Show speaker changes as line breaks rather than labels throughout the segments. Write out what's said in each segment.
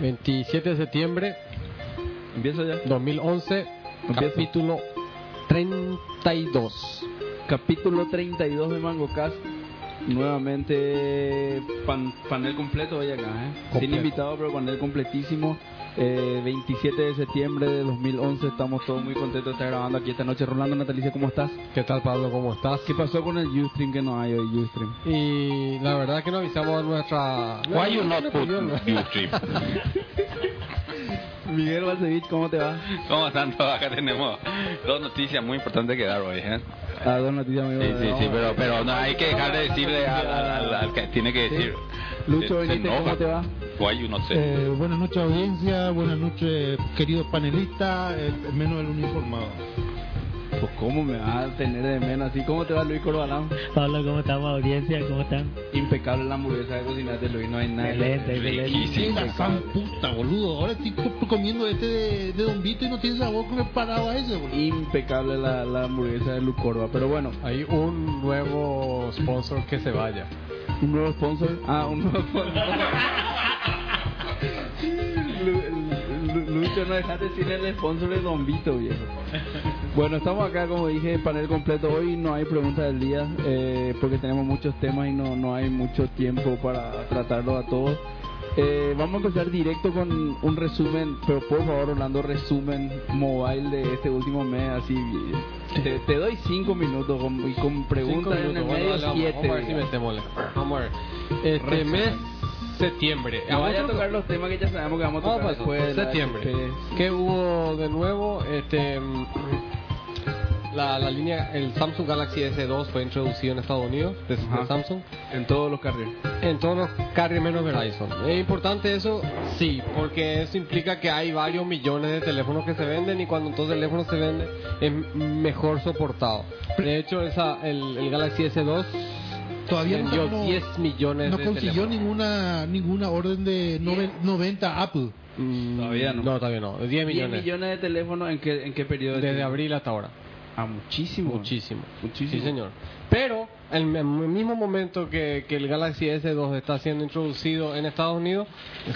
27 de septiembre
Empieza ya.
2011,
Empieza.
capítulo 32.
Capítulo 32 de Mango Cast. Nuevamente pan- panel completo hoy acá, ¿eh? Sin
Completo.
invitado, pero panel completísimo. Eh, 27 de septiembre de 2011, estamos todos muy contentos de estar grabando aquí esta noche. Rolando, Natalicia, ¿cómo estás?
¿Qué tal, Pablo? ¿Cómo estás?
¿Qué pasó con el Ustream que no hay hoy, Ustream?
Y la verdad que no avisamos a nuestra.
Why you not put Ustream?
Miguel Balcevich, ¿cómo te va?
¿Cómo están todos? Acá tenemos dos noticias muy importantes que dar hoy, ¿eh?
Ah, dos noticias muy
Sí,
buenas.
sí, sí,
Vamos a
pero,
ver.
pero no, hay que dejar de decirle al, al- al- al que tiene que
Sí.
decir.
Lucho
Se- se
Benítez, ¿cómo
enoja.
te va?
Why you not say?
Eh, buenas noches audiencia, buenas noches queridos panelistas, eh, menos el uniformado.
Pues, ¿cómo me va a tener de menos así? ¿Cómo te va, Luis Corbalán?
Pablo, ¿cómo estamos, audiencia? ¿Cómo están?
Impecable la hamburguesa de cocina de Luis, no hay nada.
Excelente, excelente.
Sí,
Riquísimo.
la
pues,
san puta, boludo. Ahora estoy co- comiendo este de, de Don Vito y no tiene sabor comparado a ese, boludo.
Impecable la, la hamburguesa de Lucorba. Pero bueno,
Hay un nuevo sponsor que se vaya.
un nuevo sponsor. Ah, un nuevo sponsor. Lu- Lu- Lucho, no dejaste sin el sponsor de Don Vito, viejo. Bueno, estamos acá, como dije, panel completo. Hoy no hay preguntas del día eh, porque tenemos muchos temas y no, no hay mucho tiempo para tratarlo a todos. Eh, vamos a empezar directo con un resumen, pero por favor, Orlando, resumen mobile de este último mes. Así, eh, te, te doy cinco minutos con, y con preguntas
Cinco
en el
minutos,
medio,
bueno, dale,
siete.
vamos, vamos a ver si
viejo.
metemos. Vamos a ver. Este
Resumen.
mes, septiembre.
No vaya a
Otro-
tocar los temas que ya sabemos que vamos a tocar
Vamos a pasar.
después. la
septiembre.
AFP.
¿Qué hubo de nuevo? Este, mm, la, la línea, el Samsung Galaxy S2 fue introducido en Estados Unidos desde
Ajá.
Samsung
En todos los carriles.
en todos los carriers menos Verizon. ¿Es importante eso? Sí, porque eso implica que hay varios millones de teléfonos que se venden y cuando todo teléfono se vende es mejor soportado. De hecho, esa, el, el Galaxy S2
Todavía no-
vendió
no-
10 millones
No
de
consiguió
teléfonos.
ninguna ninguna orden de noven- 90 Apple.
Mm,
Todavía no.
No, todavía no. 10
10
millones.
millones de teléfonos en qué, en qué periodo? de
Desde
tiempo?
abril hasta ahora.
Ah, muchísimo.
Muchísimo.
Muchísimo.
Sí, señor. Pero, en el mismo momento que, que el Galaxy S2 está siendo introducido en Estados Unidos,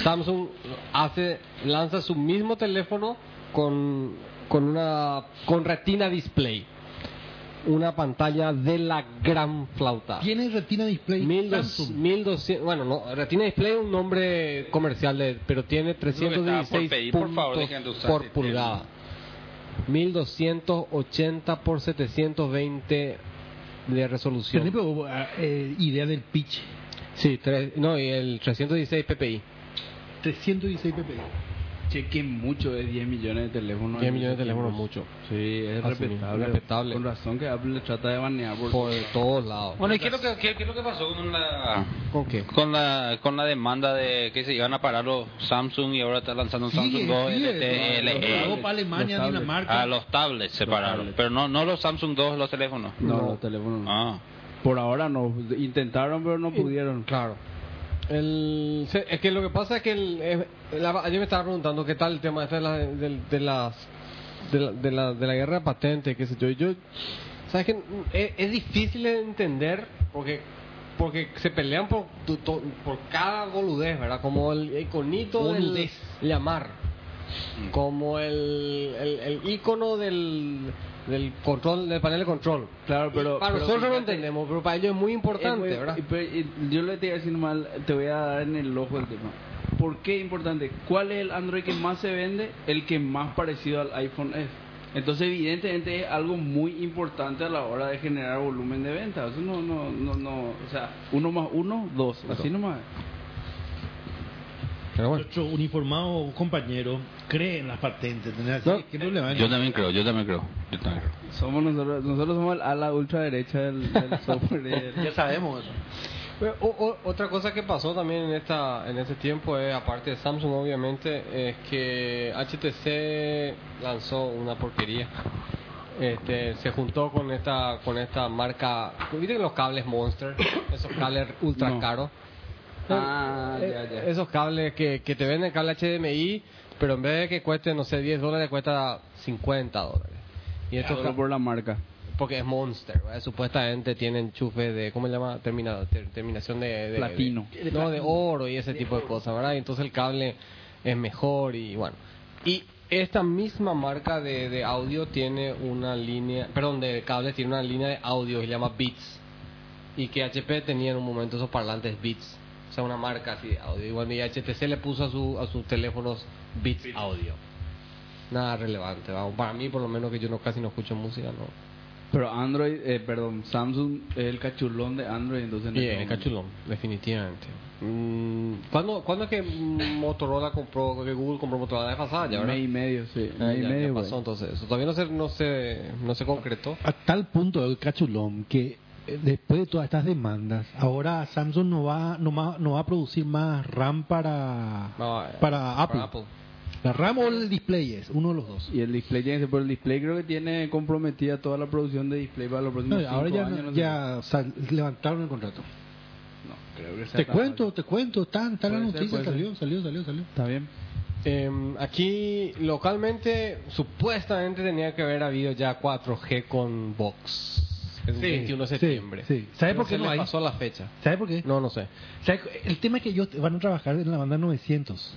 Samsung hace lanza su mismo teléfono con, con, una, con retina display. Una pantalla de la gran flauta.
Tiene retina display
Mil dos-
Samsung.
1200, bueno, no, Retina Display es un nombre comercial, de, pero tiene
estaba por
316
pedir, por
puntos
favor, dejen de usar
por
el
pulgada. 1280 por 720 de
Por
resolución.
ejemplo, ah, eh, idea del pitch.
Sí, tres- no, y el 316 ppi.
316 ppi.
Che, que mucho es 10 millones de teléfonos.
10 millones de teléfonos mucho.
Sí, es
Así mismo,
respetable.
respetable.
Con razón que Apple le trata de banear por...
Por todos lados.
Bueno, ¿y qué es lo que, qué- qué es lo que pasó con
Ah,
la,
¿Con qué?
con la con la demanda de que se iban a parar los Samsung y ahora está lanzando un Samsung
Sigue,
2 LTE,
sigue. Los tragos para Alemania,
Los tablets.
Dinamarca.
eh, A los tablets se
Los
pararon,
tablets.
pero no no los Samsung 2, los teléfonos.
No,
No.
los teléfonos no.
Ah.
Por ahora no. Intentaron, pero no pudieron.
Claro. El, se- es que lo que pasa es que el, eh, la- ayer me estaba preguntando qué tal el tema este de, la- de- de las de la, de la- de la guerra de patentes, qué sé yo. Y yo, sabes que es, es difícil de entender porque porque se pelean por tu- to- por cada boludez, ¿verdad? Como el iconito del
Boludez.
llamar,
Mm.
como el, el, el icono del del control del panel de control.
Claro, pero...
para
pero
nosotros no
fíjate,
entendemos, pero para ellos es muy importante,
Es muy-
¿verdad?
Eh, y pe- y Yo le te voy a decir mal, te voy a dar en el ojo el tema. ¿Por qué es importante? ¿Cuál es el Android que más se vende? El que más parecido al iPhone es. Entonces, evidentemente, es algo muy importante a la hora de generar volumen de venta. Eso no, no, no, no. O sea, uno más uno, dos. Así nomás.
Pero bueno.
Nuestro uniformado compañero cree en las patentes. ¿entendés? Así
No.
que no le va a-
Yo también creo, yo también creo. Yo también creo.
Somos nosotros, nosotros somos el ala ultraderecha del, del software. del-
sabemos eso.
Bueno, o- o- otra cosa que pasó también en esta en ese tiempo, eh, aparte de Samsung obviamente, es que HTC lanzó una porquería. Este, se juntó con esta con esta marca, ¿viste que los cables Monster? Esos cables ultra
No.
caros.
Ah,
Eh,
ya, ya.
Esos cables que, que te venden cable HDMI, pero en vez de que cueste, no sé, 10 dólares, cuesta 50 dólares. Y estos
Solo
ca-
por la marca.
porque es Monster, ¿verdad? supuestamente tiene enchufe de, ¿cómo se llama? Termina- ter- terminación de, de-
Platino.
de- no, de oro y ese tipo de cosas, ¿verdad? Y entonces el cable es mejor y bueno. Y esta misma marca de, de audio tiene una línea, perdón, de cable tiene una línea de audio que se llama Beats. Y que HP tenía en un momento esos parlantes Beats. O sea, una marca así de audio. Y bueno, y HTC le puso a, su, a sus teléfonos Beats Audio. Nada relevante, vamos. Para mí, por lo menos, que yo no casi no escucho música, ¿no?
Pero Android, eh, perdón, Samsung es el cachulón de Android, entonces este no
Y
es
el cachulón, definitivamente. Mm, ¿Cuándo, ¿Cuándo es que mm, Motorola compró, que Google compró Motorola? de pasada ya, ¿verdad?
Mes y medio, sí.
Ah,
mes y
ya,
medio,
ya
güey.
pasó entonces eso. Todavía no se, no se, no se concretó.
A tal punto el cachulón que eh, después de todas estas demandas, ahora Samsung no va, no va, no va a producir más RAM para,
No, eh,
para Apple. La RAM o el display es, uno de los dos.
Y el display tiene que ser por el display, creo que tiene comprometida toda la producción de display para los
No,
próximos cinco
ahora ya,
años. no sé.
ya sal- levantaron el contrato.
No, creo que sea
Te
tan-
cuento, te cuento, tan, tan la
Puede ser,
noticia,
puede ser.
salió, salió, salió, salió.
Está bien.
Eh, aquí localmente supuestamente tenía que haber habido ya 4G con Vox. El
Sí,
21 de
sí,
septiembre.
sí. ¿Sabe por qué
se
no
le
hay?
pasó la fecha?
¿Sabes por qué?
No, no sé.
¿Sabe cu- El tema es que ellos van a trabajar en la banda 900,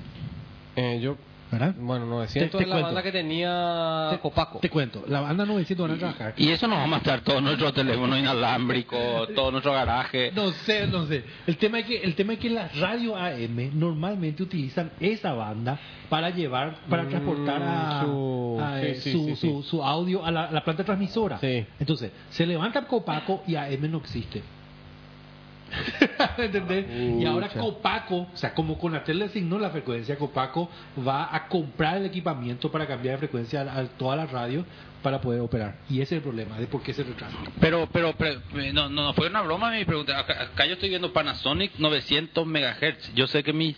Eh, yo,
¿verdad?
bueno, 900
Te- te
es la
cuento.
banda que tenía
Ah,
Te-
Copaco.
Te cuento, la banda 900 van a trabajar.
Y eso nos va a matar todo nuestro teléfono inalámbrico, todo nuestro garaje.
No sé, no sé. El tema es que el tema es que las radio AM normalmente utilizan esa banda para llevar, para
Mm,
transportar a,
su-
a, eh,
sí, sí,
su,
sí, sí.
su- su audio a la, a la planta transmisora.
Sí.
Entonces se levanta Copaco y AM no existe. ¿Entendés? y ahora
Pucha.
Copaco, o sea, como con la tele asignó la frecuencia, Copaco va a comprar el equipamiento para cambiar de frecuencia a, a toda la radio para poder operar. Y ese es el problema, de por qué se retrasa.
Pero, pero, pero, eh, no, no, no fue una broma mi pregunta. Acá, acá yo estoy viendo Panasonic 900 megahertz. Yo sé que mis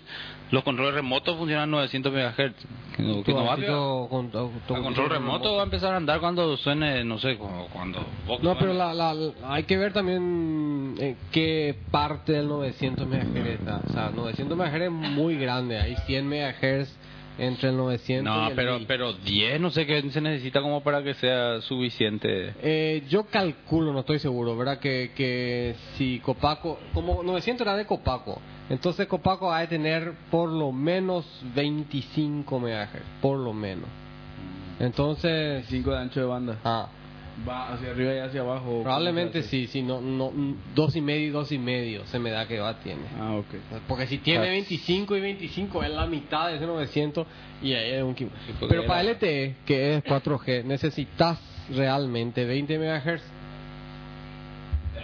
los controles remotos funcionan a 900 megahertz. Que no, que
Tu
no va a,
autito con- tu- tu-
a control remoto va a empezar a andar cuando suene, no sé, como cuando.
No, pero la, la- la- hay que ver también eh, qué parte del 900 MHz está. O sea, 900 MHz es muy grande. Hay 100 MHz entre el 900 y
No,
el
pero,
1000.
pero 10, no sé qué se necesita como para que sea suficiente.
Eh, yo calculo, no estoy seguro, ¿verdad? Que, que si Copaco, como 900 era de Copaco, entonces Copaco ha de tener por lo menos 25 MHz, por lo menos.
Mm.
Entonces,
5 de ancho de banda.
ah,
Va hacia arriba y hacia abajo.
probablemente
¿Cómo se hace?
sí, sí, no, no, dos y medio y dos y medio se me da que va tiene.
Ah, ok.
Porque si tiene
Ah.
25 y 25 es la mitad de ese 900 y ahí es un quilombo.
Sí, porque
Pero para
era-
LTE, que es 4G, necesitas realmente 20 MHz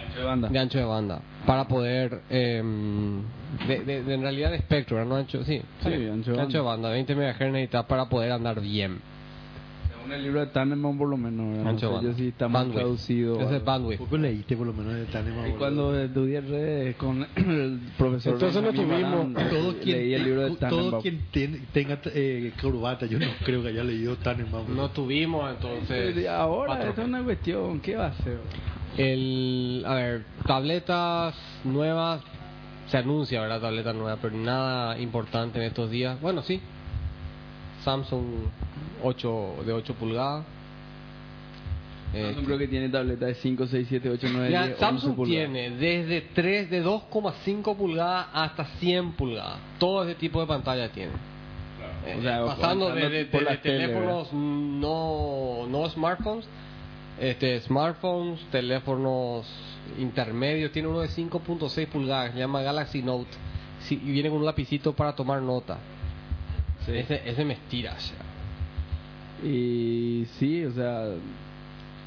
Ancho de banda.
de ancho de banda para poder em, de, de- de- en realidad de espectro ¿verdad? no ancho sí,
Sí, ancho de banda.
20 MHz necesitas para poder andar bien
Según el libro de Tanneman, por lo menos. ¿verdad?
ancho de
no sé
banda
yo si está mal
bandwidth
traducido.
ese es
¿verdad?
bandwidth
Poco leíste por lo menos de Tanema,
Y
boludo.
cuando estudié redes con el profesor.
Entonces no
Benjamín
tuvimos-
Barán,
todo quien,
Leí el libro de Tanneman.
todo quien ten- tenga eh, corbata, yo no creo que haya leído Tanema. boludo.
no tuvimos entonces
Ahora, esa
4G.
es una cuestión. ¿Qué va a hacer?
el a ver tabletas nuevas se anuncia verdad tabletas nuevas pero nada importante en estos días bueno sí Samsung 8 de 8 pulgadas Eh,
Samsung creo que tiene tableta de 5, 6, 7, 8, 9,
Mira,
10, 11
Samsung
pulgadas.
tiene desde 3 de 2,5 pulgadas hasta 100 pulgadas. Todo ese tipo de pantalla tiene. Eh,
O sea,
pasando
pasando
de, de-
por
de-
la
de
tele,
teléfonos no, no smartphones, este smartphones, teléfonos intermedios, tiene uno de 5.6 pulgadas, se llama Galaxy Note, Sí, y viene con un lapicito para tomar nota. Ese, ese me estira.
Y sí, o sea,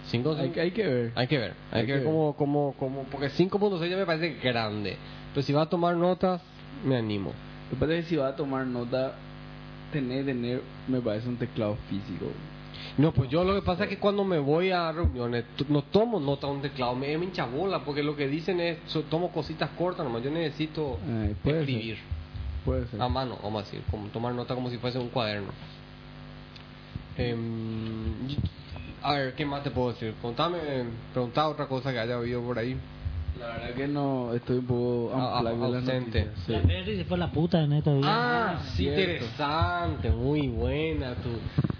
Cinco,
hay, hay que ver.
Hay que ver, hay, que, ver cómo, cómo, cómo, porque 5.6 ya me parece grande. Pero si va a tomar notas, me animo.
Me parece que si va a tomar nota, tener, tener, me parece un teclado físico.
No, pues yo lo que pasa es que cuando me voy a reuniones, t- no tomo nota a un teclado, me, me hincha bola, porque lo que dicen es, so- tomo cositas cortas nomás, yo necesito
Eh, puede ser.
escribir
Puede ser.
a mano, vamos a decir, como tomar nota como si fuese un cuaderno. Em, y- a ver, ¿qué más te puedo decir? Contame, preguntá otra cosa que haya habido por ahí.
La verdad que no, estoy un poco
Ah,
unplugged de las
ausente.
noticias, sí.
La Berry se fue a la puta en estos días.
Ah, sí,
cierto.
interesante, muy buena tu.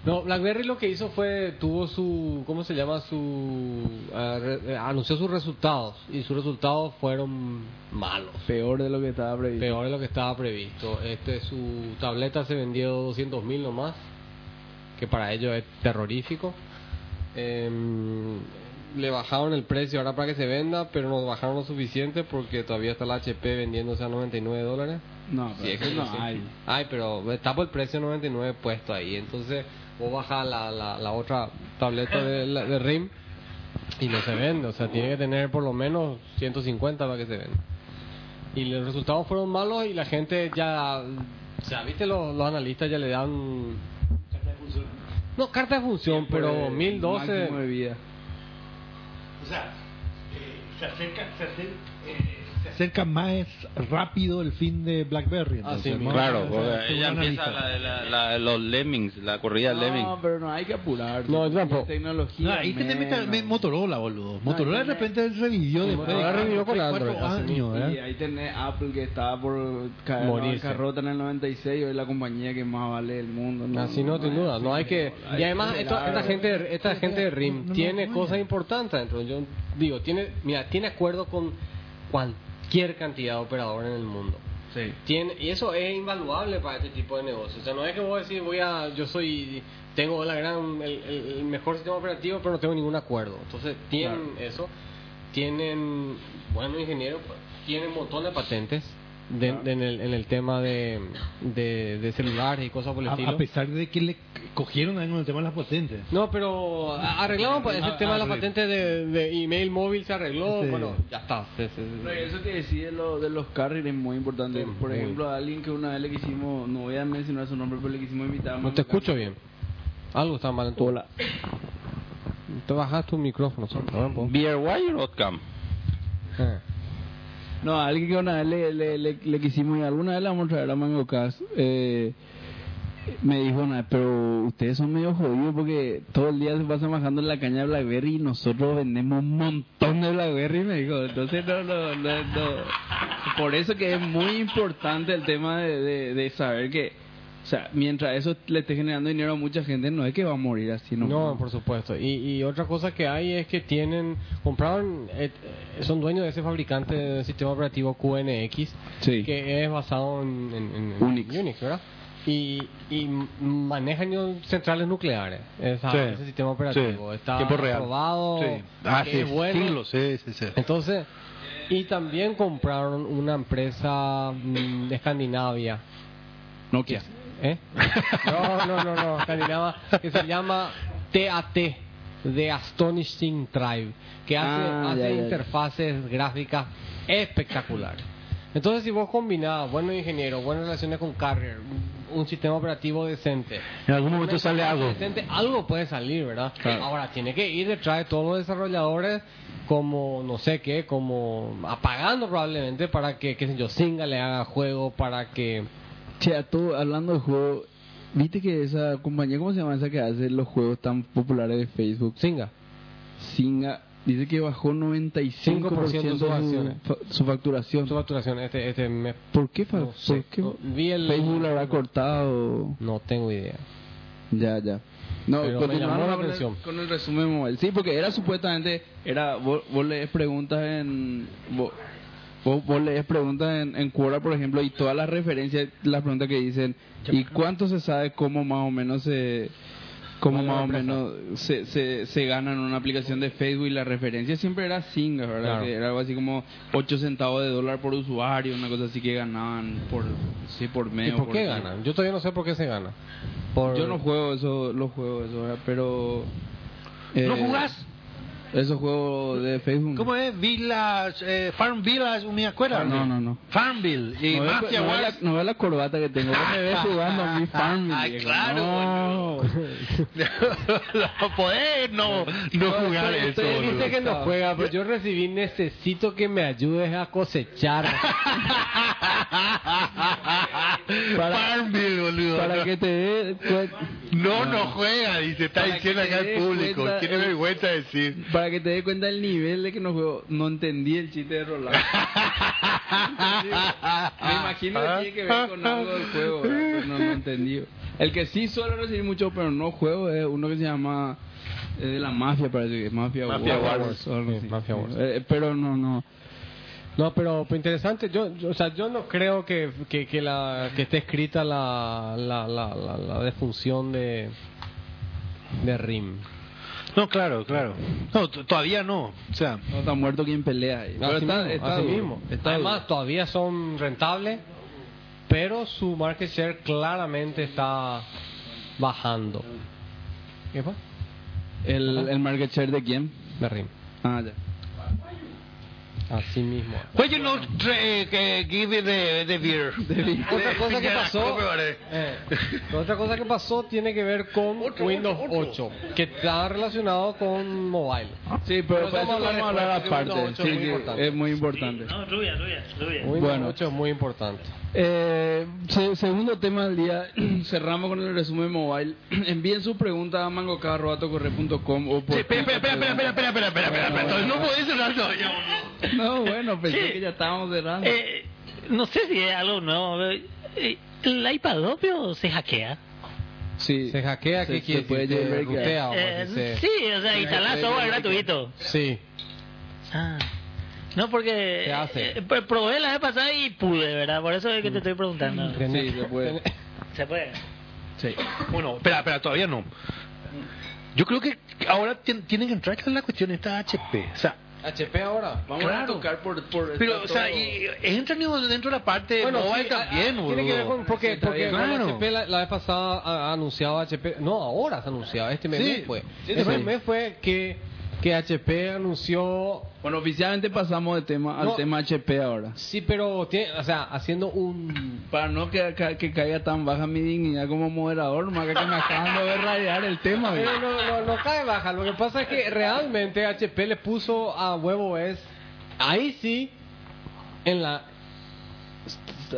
No, BlackBerry lo que hizo fue, tuvo su, ¿cómo se llama? Su, ah, re- eh, anunció sus resultados y sus resultados fueron malos,
Peor de lo que estaba previsto.
peor de lo que estaba previsto. Este, su tableta se vendió 200 mil nomás, que para ellos es terrorífico. Em, le bajaron el precio ahora para que se venda, pero no bajaron lo suficiente porque todavía está la HP vendiéndose a 99 dólares.
No,
Sí,
pero
es que
eso no
sí.
hay.
Ay, pero está por el precio 99 puesto ahí. Entonces, vos bajas la, la, la otra tableta de, la- de RIM y no se vende. O sea, tiene que tener por lo menos 150 para que se venda. Y los resultados fueron malos y la gente ya. O sea, viste, los, los analistas ya le dan. No, carta de función, pero
Siempre
1012.
pues, máximo de vida.
O sea, eh, se, acerca, se, acer- eh, se acerca más rápido el fin de BlackBerry.
Ah,
entonces,
sí,
¿no?
Claro,
O sea,
porque
según
ella empieza la,
analiza.
la- la- los Lemmings, la corrida
No,
Lemmings.
pero no hay que apurar.
No, yo tampoco.
Tecnología.
No, ahí tenés
menos.
meter- me- Motorola, boludo. Motorola de
tenés-
repente revivió después de
Motorola revivió con
tres, cuatro
Android, hace
años, ¿verdad?
Y ahí tenés Apple que estaba por caer en
Morirse.
bancarrota en el 96, hoy es la compañía que más vale del mundo. No,
Así no,
no
sin
es
duda,
así,
no hay que...
hay
Y además,
que
esto- esta
velar.
gente esta gente de RIM
no, no,
tiene
no, no.
cosas importantes dentro. Yo digo, tiene mira, tiene acuerdo con cualquier cantidad de operadores en el mundo. Tiene, y eso es invaluable para este tipo de negocios. O sea, no es que vos decís, voy a, yo soy, tengo la gran, el, el- el mejor sistema operativo, pero no tengo ningún acuerdo. Entonces, tienen eso, tienen buenos ingenieros, pues, tienen un montón de patentes de-
Claro.
en, el, en el tema de, de, de celulares y cosas por el
A,
estilo.
a pesar de que le cogieron a él con el tema de las patentes.
No, pero arreglamos pues, ese
Ah,
tema de la
arreglo.
patente de, de email móvil, se arregló,
Sí.
bueno, ya está. se- se- se-
No, y eso que decís de, lo- de los carriles es muy importante.
Sí,
Por
sí.
ejemplo, a alguien que una vez le quisimos, no voy a mencionar su nombre, pero le quisimos invitar a
No te
Mando
escucho bien. Algo está mal en tu...
Hola.
Te bajas tu micrófono, Sam, ¿no? ¿Vos?
¿Beerwire o Otcam?
Ah.
No, a alguien que una vez le, le, le, le quisimos ir, alguna vez le vamos a traer a Mango Cas. Eh, me dijo una vez, pero ustedes son medio jodidos porque todo el día se pasan bajando la caña de Blackberry y nosotros vendemos un montón de Blackberry, me dijo. Entonces, no, no, no. no. Por eso que es muy importante el tema de, de, de saber que, o sea, mientras eso le esté generando dinero a mucha gente, no es que va a morir así, ¿no?
No, por supuesto. Y, y otra cosa que hay es que tienen, compraron, eh, eh, son dueños de ese fabricante del sistema operativo QNX,
Sí.
que es basado en, en- en- en
Unix.
¿verdad? Y, y manejan yo- centrales nucleares, esa-
Sí.
ese sistema operativo.
Sí.
Está
Tiempo real.
probado,
Sí. Ah,
que
sí,
es bueno.
siglos, sí, sí, sí.
Entonces, y también compraron una empresa mm, de Escandinavia.
Nokia.
¿Eh? No, no, no, no, escandinava, que se llama TAT, de Astonishing Tribe, que hace,
Ah,
hace
ya, ya, ya.
interfaces gráficas espectaculares. Entonces, si vos combinás buenos ingenieros, buenas relaciones con Carrier, un- un sistema operativo decente,
En algún momento
una
sale
interfaz
algo.
decente, algo puede salir, ¿verdad?
Claro.
Ahora, tiene que ir detrás de todos los desarrolladores como, no sé qué, como apagando probablemente para que, qué sé yo, Singa le haga juego, para que...
Che, a todo, hablando de juego, ¿viste que esa compañía, cómo se llama esa que hace los juegos tan populares de Facebook?
Singa.
Singa, dice que bajó 95%
sus
su,
acciones.
fa- su facturación.
Su facturación este, este mes.
¿Por qué? fa-
No sé,
por qué?
no, vi el-
Facebook lo habrá cortado.
No tengo idea.
Ya, ya. No,
Pero me
continuamos
llamó la
con el-
atención.
con el resumen móvil. Sí, porque era supuestamente, era, vos, vos lees preguntas en... Vos, vos, vos lees preguntas en, en Quora, por ejemplo, y todas las referencias, las preguntas que dicen, ¿y cuánto se sabe cómo más o menos se... Cómo
¿Cuál es la
más o
empresa?
menos se, se, se ganan una aplicación de Facebook y la referencia siempre era Singa, ¿verdad?
Claro.
Que era algo así como 8 centavos de dólar por usuario, una cosa así que ganaban por, sí, por
¿Y
medio.
por qué ganan? Yo todavía no sé por qué se gana. Por...
Yo no juego eso, los juegos eso, ¿verdad? pero...
¿No
jugás? Esos juegos de Facebook. ah,
¿Cómo es? Village, eh, Farm Village, ¿me acuerdas?
No, no, no.
Farmville y
No ve-
Mafia
no ve
Wars.
la- no ve la corbata que tengo. ¿Cómo me ves jugando a mi farm?
Ay,
viejo?
claro,
No.
no podés no, no jugar
estoy-
eso.
estoy-
boludo.
Dice que no juega, pero yo recibí necesito que me ayudes a cosechar.
Para-
Farmville, boludo.
Para que te dé... cuen-
No, no juega, dice, está
Ah. Para
diciendo
que
acá
te
al
des
público.
cuenta eh.
Tiene
el-
vergüenza de decir.
Para Para que te des cuenta del nivel de que no juego, no entendí el chiste de Rolando. Me imagino que tiene que ver con algo del juego, ¿verdad? Pero no, no entendí. El que sí suelo recibir mucho, pero no juego, es uno que se llama. Es de la mafia, parece que es Mafia,
Mafia
Wars.
Wars,
o algo
sí,
así.
Mafia Wars.
Eh, pero no, no.
No, pero pero interesante. Yo, yo- o sea, yo no creo que, que, que la, que esté escrita la, la, la, la, la defunción de, de Rim.
No, claro, claro. No, t- todavía no. O sea,
No está muerto quien pelea ahí. Pero
Así
está,
mismo,
está
así
duro,
mismo.
está
Además,
duro.
todavía son rentables, pero su market share claramente está bajando. ¿Qué fue?
¿El, el market share de quién?
De Rim.
Ah, ya.
Así mismo.
why you not eh, que give me the, the beer?
Otra cosa que pasó, eh, otra cosa que pasó tiene que ver con Windows 8, que está relacionado con mobile.
Sí, pero
Pero
para eso
vamos a
vamos a
hablar
hablar
después, porque
aparte.
uno ocho
Sí,
es muy
sí, es muy
importante.
importante.
No, rubia, rubia, rubia.
Windows
Bueno.
8 es muy importante.
Eh, se- segundo tema del día, cerramos con el resumen mobile. Envíen sus preguntas a mangocarro.corre.com o por...
Espera, espera, espera, espera, espera, espera, espera, espera, espera, espera. No podés cerrar todavía.
No, bueno, pensé
Sí.
que ya estábamos cerrando.
Eh, no sé si es algo nuevo. pero, eh, ¿El iPad 2 pero se hackea?
Sí.
Se hackea,
Se-
¿qué
se
quiere
puede
decir? Se
llegar.
rutea, o
Eh,
dice-
sí, o sea, instalar software gratuito.
Sí.
Ah. No, porque
¿Qué hace? Mm.
eh, pro- probé la vez pasada y pude, ¿verdad? Por eso es que te estoy preguntando.
Sí, se puede.
¿Se puede?
Sí.
Bueno, espera, espera, todavía no. Yo creo que ahora tien- tienen que entrar con la cuestión esta HP. O sea,
HP ahora.
Vamos a
Claro.
tocar por... por
pero,
está
o sea,
todo-
y, entran dentro de la parte mobile
sí,
Eh, también,
ah, ah,
boludo.
Tiene que ver con porque,
Está
porque
bien.
bueno,
Claro.
HP la, la vez pasada ah, anunciaba HP, no, ahora se anunciaba, este mes
Sí,
fue.
sí,
este
sí.
mes fue que que HP anunció
Bueno, oficialmente pasamos de tema al
No.
tema HP ahora.
sí, pero tiene, o sea, haciendo un
Para no que, ca- que caiga tan baja mi dignidad como moderador, más que me acaban de ver radiar el tema. güey.
Pero no, no, no cae baja. Lo que pasa es que realmente HP le puso a huevo es. Ahí sí, en la.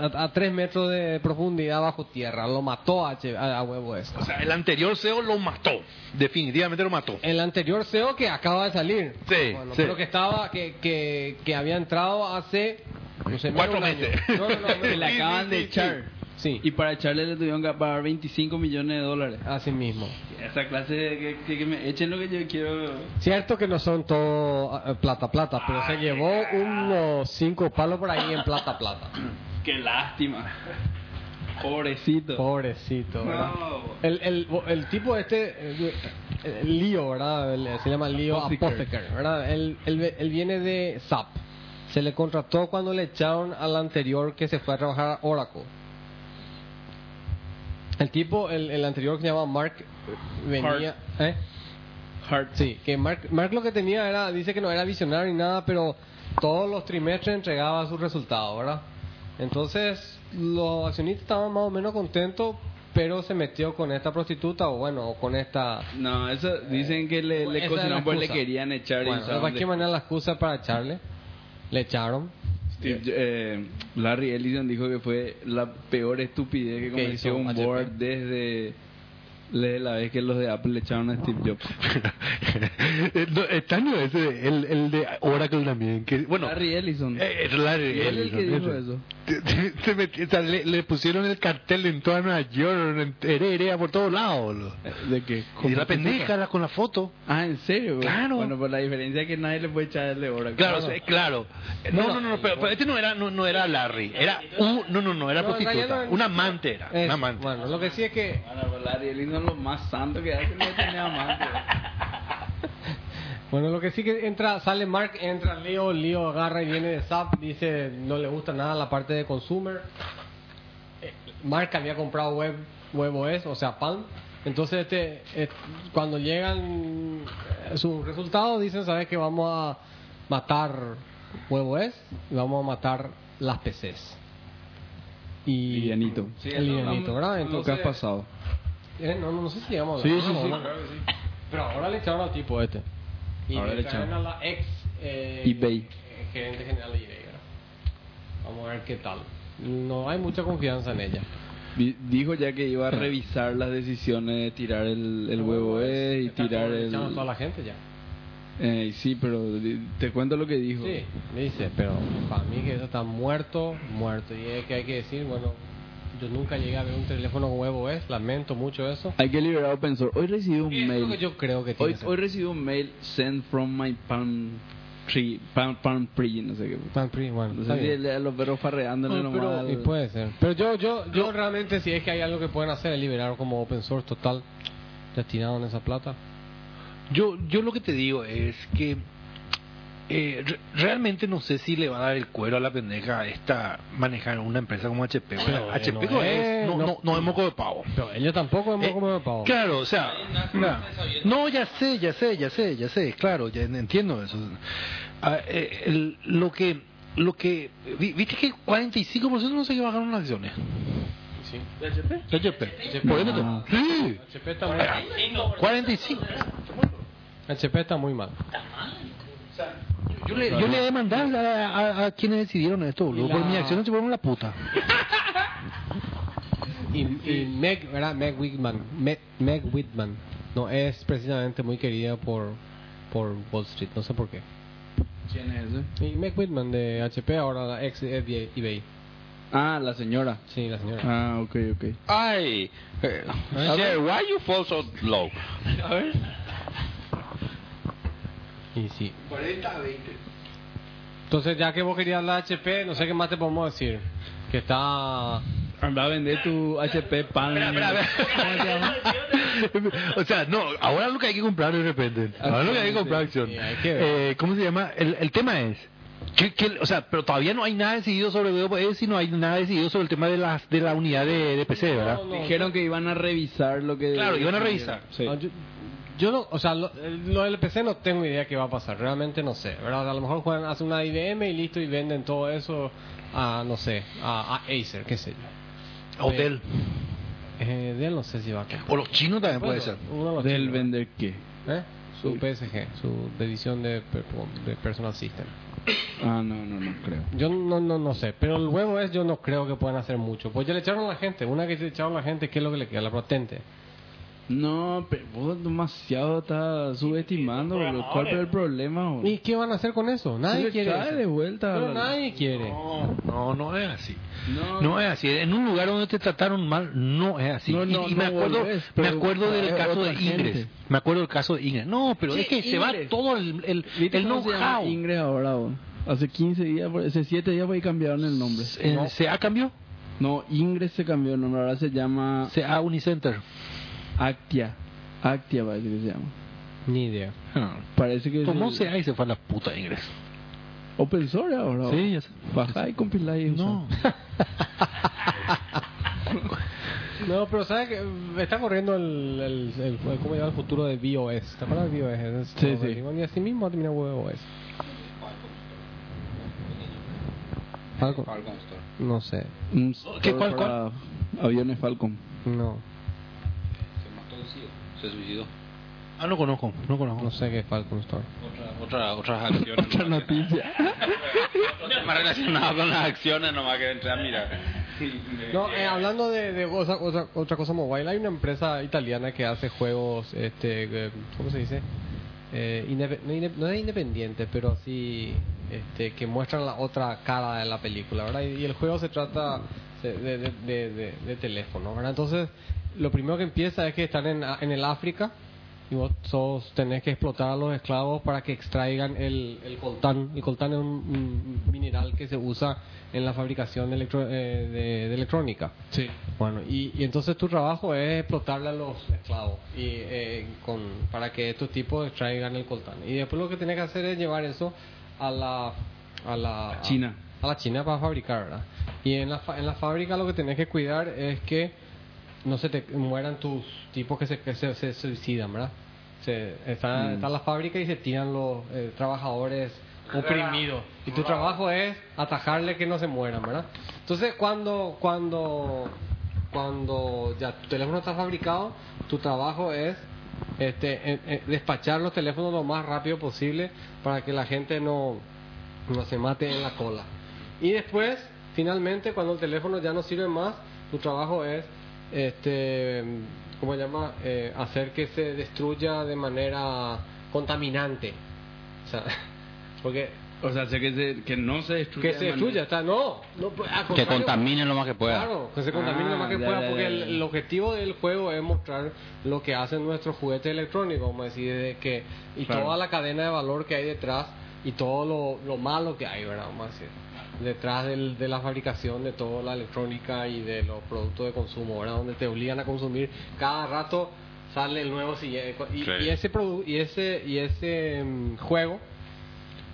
A, a tres metros de profundidad bajo tierra. Lo mató a, H- a, a huevo es.
O sea, el anterior CEO lo mató. Definitivamente lo mató.
Eh,
El anterior CEO que acaba de salir.
Sí,
Bueno,
sí.
Pero que estaba. Que, que, que había entrado hace. No sé, menos
Cuatro
un año.
meses.
No, no, no, menos
Se le
un año.
acaban de echar.
Sí,
Y para echarle le tuvieron que pagar 25 millones de dólares.
así mismo.
Esa clase de que, que- que me echen lo que yo quiero.
Cierto que no son todo eh, plata plata, pero se llevó unos cinco palos por ahí en plata plata.
Qué lástima. Pobrecito.
Pobrecito. ¿verdad?
No.
El, el, el tipo este, eh, eh, Leo, ¿verdad? El- se llama Leo
Apotheker.
Apotheker, ¿verdad? Él, él- él viene de SAP. Se le contrató cuando le echaron al anterior que se fue a trabajar a Oracle. El tipo, el, el anterior que se llama Mark, eh, venía... ¿eh?
Hart.
Sí, que Mark, Mark lo que tenía era, dice que no era visionario ni nada, pero todos los trimestres entregaba sus resultados, ¿verdad? Entonces, los accionistas estaban más o menos contentos, pero se metió con esta prostituta o bueno, o con esta...
No, eso dicen que le, le
Esa era
cocinaron
la
porque le
excusa.
querían echar. y
Bueno, de
usaron
cualquier
de-
manera la excusa para echarle, le echaron.
Steve- eh, Larry Ellison dijo que fue la peor estupidez que
hizo
cometió un
HP.
board desde, desde la vez que los de Apple le echaron a Steve Jobs.
Eh, no, está no, ese, el, el de Oracle también. Que, bueno,
Larry Ellison.
eh, es Larry,
Él es el que dijo eso.
Se- se metió- o sea, le, le pusieron el cartel en toda Nueva York, en Heredia, por todos lados. boludo.
¿De qué?
Y la Eh, pendeja la- con la foto.
Ah, ¿en serio? güey?
Claro.
Bueno, pues la diferencia es que nadie le puede echar el de ahora.
Claro, sí, claro. Eh, No, no, no, no, pero, pero este no era, no, no era Larry, era un, no, no, no, era
No, en
prostituta,
realidad no-
un amante era,
Eh,
un amante.
bueno, lo que sí es que
Bueno, pues Larry Ellison lo más santo que hace no tiene amante.
Bueno, lo que sí que entra, sale Mark, entra Leo, Leo agarra y viene de SAP, dice no le gusta nada la parte de consumer. Eh, Mark había comprado web, huevo es, o sea, pan. Entonces, este, eh, cuando llegan eh, sus resultados, dicen, ¿sabes que Vamos a matar huevo es y vamos a matar las PCs. Y,
Livianito.
Sí, el livianito, ¿verdad?
¿Qué
Entonces,
ha pasado?
eh, no, no, no sé si llegamos a
Sí,
hablar,
sí,
¿no?
sí.
No, no. Pero ahora le echaron al tipo este. Y
Ahora
le
le
echaron a
echaron.
la ex eh,
eBay.
eh, gerente general de eBay. ¿verdad? Vamos a ver qué tal. No hay mucha confianza en ella.
Di- Dijo ya que iba a revisar las decisiones de tirar el, el huevo E y
Pues, Está
tirar
como le
el...
Echaron a toda la gente ya.
Eh, sí, pero di- te cuento lo que dijo.
Sí, dice, pero para mí que eso está muerto, muerto. Y es que hay que decir, bueno, yo nunca llegué a ver un teléfono huevo es, lamento mucho eso.
Hay que liberar open source. Hoy recibí un
Es lo
mail.
que yo creo que tiene.
Hoy, hoy recibí un mail sent from my palm tree, palm, palm tree, no sé qué.
Tan pri- bueno,
No
está
sé si
bien.
le- a los perros farreándole
No, pero-
nomás. al-
y puede ser. Pero yo, yo, yo realmente si es que hay algo que pueden hacer es liberar como open source total destinado en esa plata.
Yo, yo lo que te digo es que eh, re- realmente no sé si le va a dar el cuero a la pendeja esta manejar una empresa como HP.
Pero
Bueno, HP
bueno,
es-
eh,
no,
no.
no, no es moco de pavo.
Pero ellos tampoco hemos
Eh,
comido pavo.
Claro, o sea, na- no, ya sé, ya sé, ya sé, ya sé, claro, ya entiendo eso. Ah, eh, el- lo que, lo que, vi- viste que 45% no sé qué bajaron las acciones.
Sí.
HP. Por eso te- sí,
HP está muy mal.
45.
HP está muy mal.
Yo le, yo le he mandado a, a- a quienes decidieron esto, boludo.
Y la-
Por mis acciones se fueron la puta.
Y, y Meg, ¿verdad? Meg Whitman. Meg, Meg Whitman. No es precisamente muy querida por, por Wall Street. No sé por qué.
¿Quién es ese?
Y Meg Whitman de HP, ahora la ex de eBay.
Ah, la señora.
Sí, la señora.
Ah, ok, ok.
Ay, eh, sir, why you fall so low?
Y sí. 40 20. Entonces, ya que vos querías la HP, no sé qué más te podemos decir. Que está.
Anda a vender tu HP pan.
o sea, no, ahora lo que hay que comprar de repente.
Ah,
Ahora lo que hay que comprar acción.
Sí, hay que ver.
Eh, ¿Cómo se llama? El, el tema es. Que, que- o sea, pero todavía no hay nada decidido sobre WebOS y no hay nada decidido sobre el tema de, las, de la unidad de, de PC, ¿verdad?
Dijeron que iban a revisar lo que...
Claro, iban a revisar.
Sí.
Ah, yo, yo no, o sea, lo, lo del PC no tengo idea qué va a pasar, realmente no sé, ¿verdad? A lo mejor juegan, hacen una IBM y listo y venden todo eso a, no sé, a, a Acer, qué sé yo.
O Dell.
Eh, Dell no sé si va a comprar.
O los chinos también puede ser.
Uno de los
¿Del
chinos,
vender qué?
¿eh? Su PSG, su división de, per- de Personal System.
Ah, no, no, no creo.
Yo no, no, no sé, pero el huevo es, yo no creo que puedan hacer mucho. Pues ya le echaron a la gente, una que le echaron a la gente, ¿qué es lo que le queda? La patente.
No, pero vos demasiado estás subestimando, boludo. ¿Cuál es el problema, boludo?
¿Y qué van a hacer con eso? Nadie
Se
quiere.
trae
eso.
de vuelta.
Pero
la-
nadie quiere.
No, no, no es así.
No,
No es así. En un lugar donde te trataron mal, no es así.
No,
Y-
no,
y me
no
acuerdo,
volvés,
me
pero
acuerdo
es
del caso de
otra gente.
Ingres. Me acuerdo del caso de Ingres. No, pero
Che,
es que se va
Ingres.
todo el, el,
¿Viste
el
cómo se llama
know-how.
Ingres ahora, boludo? Hace 15 días, por- hace 7 días, por ahí cambiaron el nombre.
Eh, ¿Se cambió?
No, Ingres se cambió el nombre, ahora se llama
CA Unicenter.
Actia. Actia parece que se llama.
Ni idea.
Parece que
Tomó
se
CA y Ah. se fue a la puta Ingres.
Open source ahora.
Sí, ya sé.
Baja y compila y usa.
No.
No, pero ¿sabes que Está corriendo el, el, el, ¿Cómo lleva el futuro de BOS? ¿Te acuerdas de BOS?
Sí, sí.
Y así mismo ha terminado BOS. Falcon. No sé.
Un
¿Qué,
store
cuál, cuál?
Mm. para Aviones Falcon.
No.
Se suicidó.
Ah, no conozco, no conozco.
No sé qué es Falcon Store.
Otra, otras acciones.
Otra noticia.
Más relacionadas con las acciones nomás que entré a mirar.
No, eh, hablando de, de cosa- otra, otra cosa mobile, hay una empresa italiana que hace juegos, este, eh, ¿cómo se dice? Eh, indep- no, indep- no es independiente, pero así este, que muestran la otra cara de la película, ¿verdad? Y, y el juego se trata se- de, de, de- de- de teléfono, ¿verdad? Entonces, lo primero que empieza es que están en, a- en el África y vos sos- tenés que explotar a los esclavos para que extraigan el, el coltán. El coltán es un, un mineral que se usa en la fabricación de, electro- eh, de- de electrónica.
Sí.
Bueno, y, y entonces tu trabajo es explotarle a los esclavos y, eh, con, para que estos tipos extraigan el coltán. Y después lo que tienes que hacer es llevar eso a la... A la
A China.
A, la China para fabricar, ¿verdad? Y en la, fa- en la fábrica lo que tenés que cuidar es que no se te mueran tus tipos que se, que se, se suicidan, ¿verdad? Se, está, está la fábrica y se tiran los eh, trabajadores oprimidos. Y tu trabajo es atajarle que no se mueran, ¿verdad? Entonces, cuando, cuando, cuando ya tu teléfono está fabricado, tu trabajo es este, en- en- despachar los teléfonos lo más rápido posible para que la gente no, no se mate en la cola. Y después, finalmente, cuando el teléfono ya no sirve más, tu trabajo es, este, ¿cómo se llama? Eh, hacer que se destruya de manera contaminante. O sea, porque
O sea, sé que, se- que no se destruye.
que se
de
destruya,
manera-
está, no, no pues, al
Que
contrario,
contamine lo más que pueda.
Claro, que se contamine lo más que
Ah, ya,
pueda,
ya,
porque
ya,
el,
ya.
el objetivo del juego es mostrar lo que hacen nuestros juguetes electrónicos, como decir, de que, y
Claro.
toda la cadena de valor que hay detrás y todo lo, lo malo que hay, ¿verdad? Vamos a decir, detrás del- de la fabricación de toda la electrónica y de los productos de consumo, ¿verdad? Donde te obligan a consumir cada rato sale el nuevo siguiente y,
Sí.
y ese produ- y ese y ese mm, juego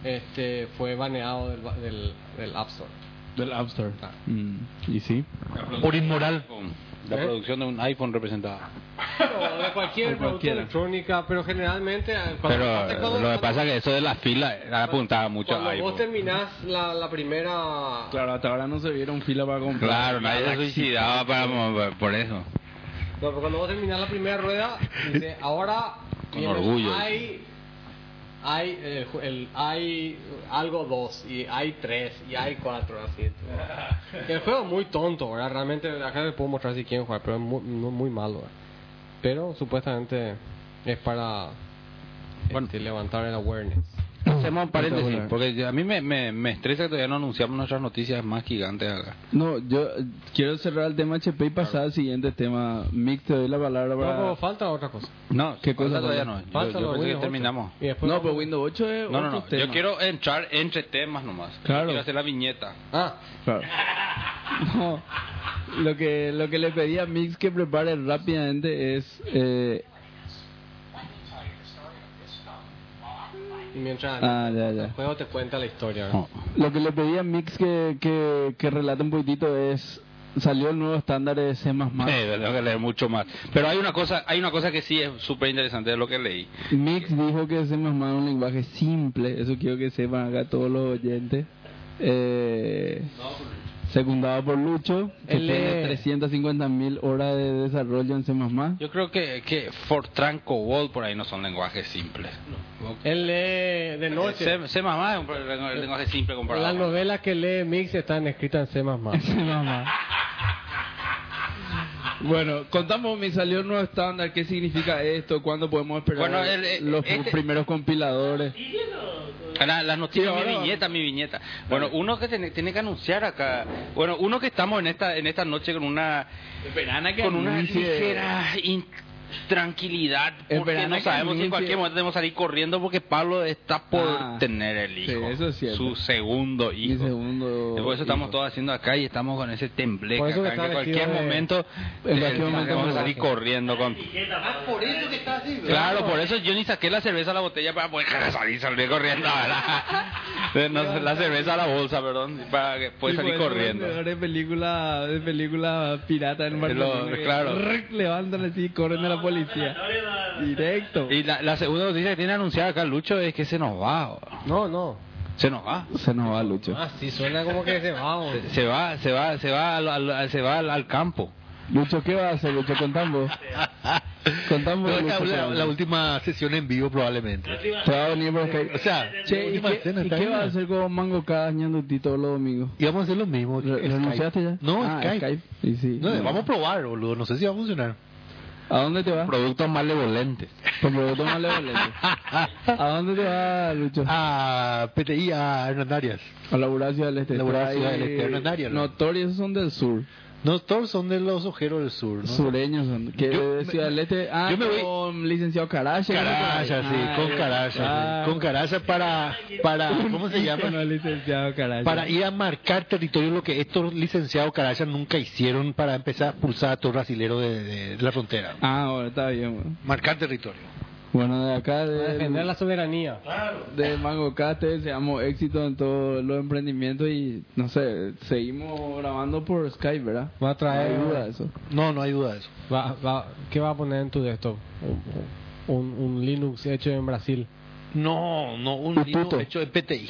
este fue baneado del, ba- del, del App Store.
Del App Store.
Ah,
Mm, Y sí.
Por inmoral.
La
¿Eh?
producción de un iPhone representada.
Pero de cualquier
De
producto
cualquiera.
electrónica, pero generalmente eh, cuando,
Pero
aparte cuando-
lo que
cuando-
pasa es que eso de la fila eh, apuntaba mucho pues.
cuando
a
vos
iPhone.
terminás la, la primera
Claro, hasta ahora no se vieron fila para comprar.
Claro, nadie se
Galaxy.
suicidaba para- por eso.
no, pero cuando vos terminás la primera rueda, dice, ahora
Con
viene el
orgullo.
hay hay eh, ju- el hay algo dos y hay tres y hay cuatro así. entonces. El juego es muy tonto, ¿verdad? Realmente acá les puedo mostrar si quieren jugar, pero es muy, no- muy malo. ¿verdad? Pero supuestamente es para
Bueno.
este, levantar el awareness.
Hacemos un paréntesis,
Espectacular.
porque a mí me, me, me estresa que todavía no anunciamos nuestras noticias más gigantes acá.
No, yo eh, quiero cerrar el tema HP y pasar al siguiente tema. Mick, te doy la palabra para...
No, falta otra cosa.
No,
¿Qué
falta
cosa
todavía
falta?
no. Yo-
Falta
Yo,
lo de
pensé que
Windows 8.
terminamos.
Y después
No, pues,
vamos-
pero Windows 8 es
No, no, no.
otro
Yo
tema.
quiero entrar entre temas nomás. Yo
Claro.
Quiero hacer la viñeta.
Ah,
Claro. No, lo que, lo que le pedí a Mix que prepare rápidamente es... Eh,
y mientras
ah, ya,
el
ya.
juego te cuenta la historia. ¿verdad?
No.
Lo que le pedí a Mix que, que, que relate un poquitito es... Salió el nuevo estándar de C++.
Eh, tengo que leer mucho más. Pero hay una cosa, hay una cosa que sí es súper interesante de lo que leí.
Mix dijo que C++ es un lenguaje simple. Eso quiero que sepan acá todos los oyentes. Eh, secundado por Lucho, que
Él
tiene
es-
350.000 horas de desarrollo en C++.
Yo creo que, que Fortran, Cobol, por ahí no son lenguajes simples.
Él lee de noche.
C, C++ más es un lengu- lenguaje simple comparado.
Las novelas que lee Mix están escritas en C++.
Bueno, contamos, me salió un nuevo estándar, qué significa esto, cuándo podemos esperar
Bueno, el- el-
los
este-
primeros compiladores.
La, la noticia,
Sí, ahora-
mi viñeta, mi viñeta. Bueno, uno que tiene, tiene que anunciar acá. Bueno, uno que estamos en esta en esta noche con una con una
anuncie.
ligera in- tranquilidad porque
Esperando
no
que
sabemos si
anuncie.
en cualquier momento tenemos que salir corriendo porque Pablo está por
Ah,
tener el
sí,
hijo.
eso es cierto.
Su segundo
Mi
hijo.
segundo.
Por eso estamos
hijo.
todos haciendo acá y estamos con ese tembleque
Por eso que
acá, que en
está
cualquier
vestido de-
momento,
en cualquier
eh,
momento
vamos a
me
salir
bajo.
corriendo con...
por eso que está así.
Claro, por eso yo ni saqué la cerveza a la botella para poder salir, salir corriendo. ¿verdad? No, la cerveza a la bolsa, perdón, para que pueda
Y por
salir
eso
corriendo.
vendedores De película, de película pirata en
Lo-
Barcelona. que
claro.
rrrr, Levantan así y corren de la policía. Directo.
Y la, la segunda noticia que tiene anunciada acá Lucho es que se nos va. bro.
No, no.
Se nos va.
Se nos va, Lucho.
Ah, sí, suena como que se va. hombre.
Se va, se va, se va, al, al- se va al, al campo.
Lucho, ¿qué va a hacer, Lucho? Contamos. Contamos,
No, esta
Lucho.
es la, la última sesión en vivo probablemente.
Te va a venir por Skype.
O sea, la
Eh, Che, ¿y
última
qué,
escena
y
está
qué
bien.
va a hacer con Mango cada ñandutí todos los domingos?
Y vamos a hacer lo mismo.
¿Lo,
Skype.
lo anunciaste ya?
No,
Ah, eh,
Skype.
Y sí.
No, eh, Vamos a probar, boludo. No sé si va a funcionar.
¿A dónde te vas?
Productos malevolentes.
Porque vos tomás los boletos. ¿A dónde te vas, Lucho?
A PTI, a Hernán Arias.
A la Buracia del Este.
Laboracio
Está ahí-
del Este, Hernandario, ¿no?
Notorios son del sur.
No, todos son de los ojeros del sur, ¿no?
Sureños son. Que
Yo-
de Ciudad del Este. Ah,
yo me voy-
con licenciado Caracha.
Caraya, sí,
Ah,
con
eh,
Caraya.
ah,
sí. Con Caraya para, para, ¿cómo se
que No,
llama?
licenciado Caracha.
Para ir a marcar territorio, lo que estos licenciados Caraya nunca hicieron para empezar a expulsar a todos los brasileros de, de- de la frontera.
Ah, bueno, está bien. bueno.
Marcar territorio.
Bueno, de acá,
Para defender
de,
la soberanía.
de Mango Cate, deseamos éxito en todos los emprendimientos y, no sé, seguimos grabando por Skype, ¿verdad?
Va a traer-
No hay duda de eso.
No, no hay duda de eso.
Ah. Va, va, ¿Qué va a poner en tu desktop? Un, un Linux hecho en Brasil.
No, no, un
Ah,
libro
puto.
hecho de PTI.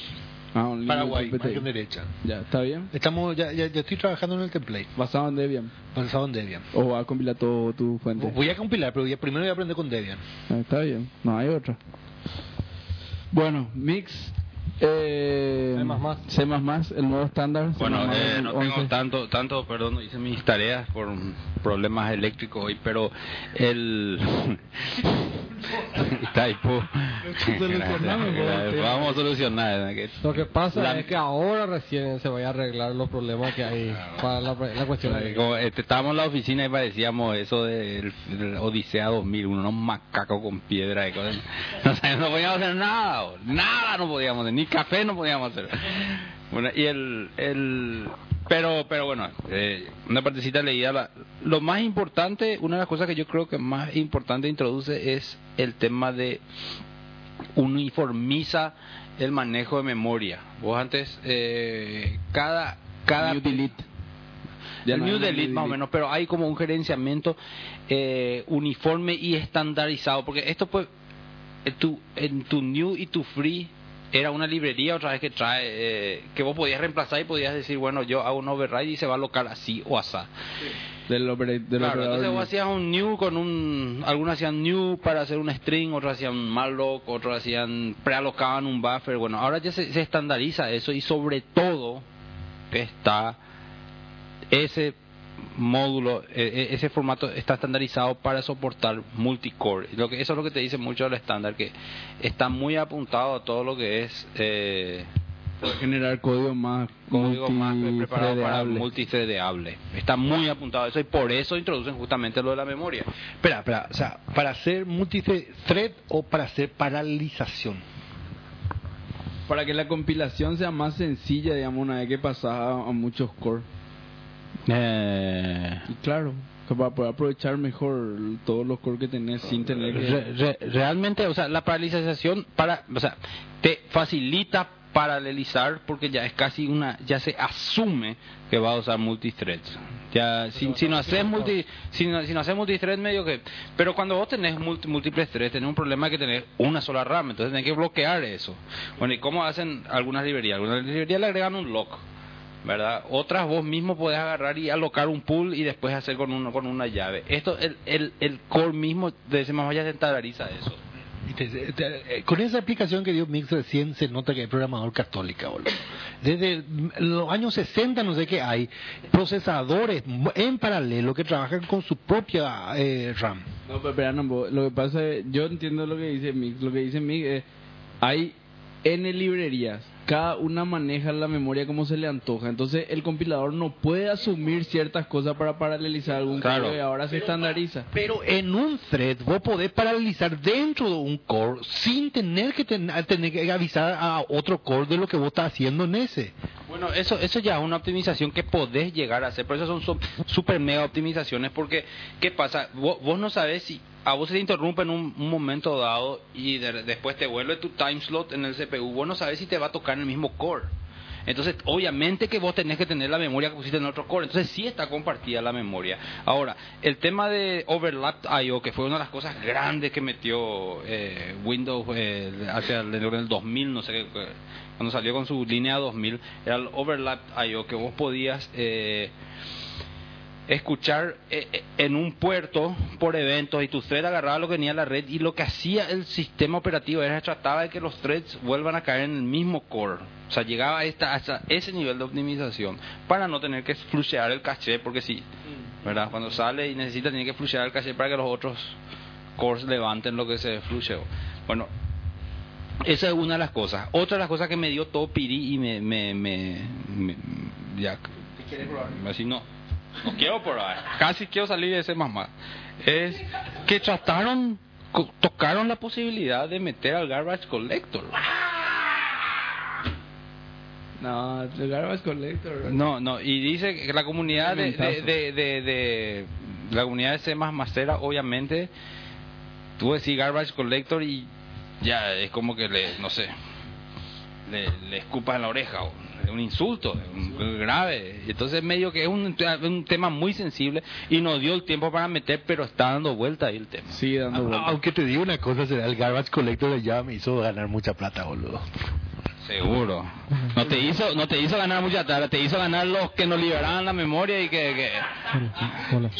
Ah, un link
Paraguay,
de PTI.
margen derecha.
Ya, está bien.
Estamos, ya, ya, ya estoy trabajando en el template,
Basado en Debian.
pensado en Debian.
O va a compilar todo tu fuente.
Voy a compilar, pero voy a- primero voy a aprender con Debian.
Ah, Está bien, no hay otra. Bueno, Mix. Eh,
C++.
C++, el nuevo estándar. C++
Bueno, eh, no tengo
11.
tanto, tanto, perdón, no hice mis tareas por problemas eléctricos hoy, pero el... Taipo.
Solucionamos,
Gracias. Vamos a solucionar.
Lo que pasa
La-
es que ahora recién se van a arreglar los problemas que hay para la, la cuestión.
Eh, como, este, estábamos en la oficina y parecíamos eso del, del Odisea 2000, unos macacos con piedra y cosas. No, sabíamos- no podíamos hacer nada, boludo. nada no podíamos hacer, ni café no podíamos hacer. Bueno, y el, el pero pero bueno, eh, una partecita leída. la- lo más importante, una de las cosas que yo creo que más importante introduce es el tema de uniformiza el manejo de memoria. Vos antes, eh, cada... cada
New delete. Ya
el
no
New
hay
Delete,
New
más o
Delete.
menos, pero hay como un gerenciamiento eh, uniforme y estandarizado, porque esto pues, en tu, en tu New y tu Free era una librería otra vez que trae, eh, que vos podías reemplazar y podías decir, bueno, yo hago un override y se va a alocar así o asá.
Del, opera- del
Claro,
operador.
entonces vos hacías un new con un... Algunos hacían new para hacer un string, otros hacían un malloc, otros hacían... prealocaban un buffer. Bueno, ahora ya se, se estandariza eso y sobre todo está ese módulo, eh, eh, ese formato está estandarizado para soportar multicore. Lo que, eso es lo que te dice mucho el estándar, que está muy apuntado a todo lo que es... eh,
generar código más
código más pre- preparado para
multithreadable.
multithreadable. Está muy apuntado a eso y por eso introducen justamente lo de la memoria.
Espera, espera, o sea, para hacer multithread o para hacer paralización.
Para que la compilación sea más sencilla, digamos, una vez que pasas a, a muchos core.
Eh,
Y claro, que para poder aprovechar mejor todos los core que tenés sin tener que...
Re- re- realmente, o sea, la paralización para, o sea, te facilita paralelizar porque ya es casi una, ya se asume que vas a usar multithreads. Ya, si, si no haces multi, si no, si no haces multithread medio que, pero cuando vos tenés multi- múltiples threads, tenés un problema de que tenés una sola RAM, entonces tenés que bloquear eso. Bueno, ¿y cómo hacen algunas librerías? Algunas librerías le agregan un lock. ¿verdad? Otras vos mismo podés agarrar y alocar un pool y después hacer con uno con una llave. Esto el, el, el core mismo de ese más allá estandariza eso.
Y te- te- eh, Con esa aplicación que dio Mix recién se nota que es programador católica, boludo. Desde el- los años 60, no sé qué, hay procesadores en paralelo que trabajan con su propia eh, RAM.
No, pero espera, no, bo- lo que pasa es, yo entiendo lo que dice Mix, lo que dice Mix es, hay N librerías, cada una maneja la memoria como se le antoja, entonces el compilador no puede asumir ciertas cosas para paralelizar algún
Claro.
código y ahora se estandariza.
Pero en un thread vos podés paralizar dentro de un core sin tener que, ten- tener que avisar a otro core de lo que vos estás haciendo en ese.
Bueno, eso eso ya es una optimización que podés llegar a hacer, pero esas son súper mega optimizaciones porque ¿qué pasa? Vos, vos no sabés si a vos se te interrumpe en un, un momento dado y de- después te vuelve tu time slot en el CPU, vos no sabés si te va a tocar en el mismo core. Entonces, obviamente que vos tenés que tener la memoria que pusiste en el otro core. Entonces, sí está compartida la memoria. Ahora, el tema de Overlapped I.O., que fue una de las cosas grandes que metió eh, Windows eh, hacia el, en el 2000, no sé qué, cuando salió con su línea 2000, era el Overlapped I.O., que vos podías... eh, escuchar eh, eh, en un puerto por eventos y tu thread agarraba lo que tenía la red y lo que hacía el sistema operativo era trataba de que los threads vuelvan a caer en el mismo core. O sea, llegaba a esta, hasta ese nivel de optimización para no tener que flushear el caché porque si, ¿verdad? Cuando sale y necesita tiene que flushear el caché para que los otros cores levanten lo que se flusheó. Bueno, esa es una de las cosas. Otra de las cosas que me dio todo piri y me... me, me, me- ya, Así no. No quiero probar. Casi quiero salir de ese mamá. Es que trataron, co- tocaron la posibilidad de meter al Garbage Collector.
No, el garbage collector.
No, no, y dice que la comunidad de, de, de, de- de- la comunidad de C Macera, obviamente, tú decís Garbage Collector y ya es como que le, no sé, le, le escupas en la oreja, o- es un insulto, es un- es grave. Entonces, medio que es un, un tema muy sensible y nos dio el tiempo para meter, pero está dando vuelta ahí el tema.
Sigue dando
Ah,
vueltas.
Aunque te digo una cosa, será el garbage collector de Java me hizo ganar mucha plata, boludo.
Seguro. No te hizo, no te hizo ganar mucha tarde, te hizo ganar los que nos liberaban la memoria y que, que
Hola.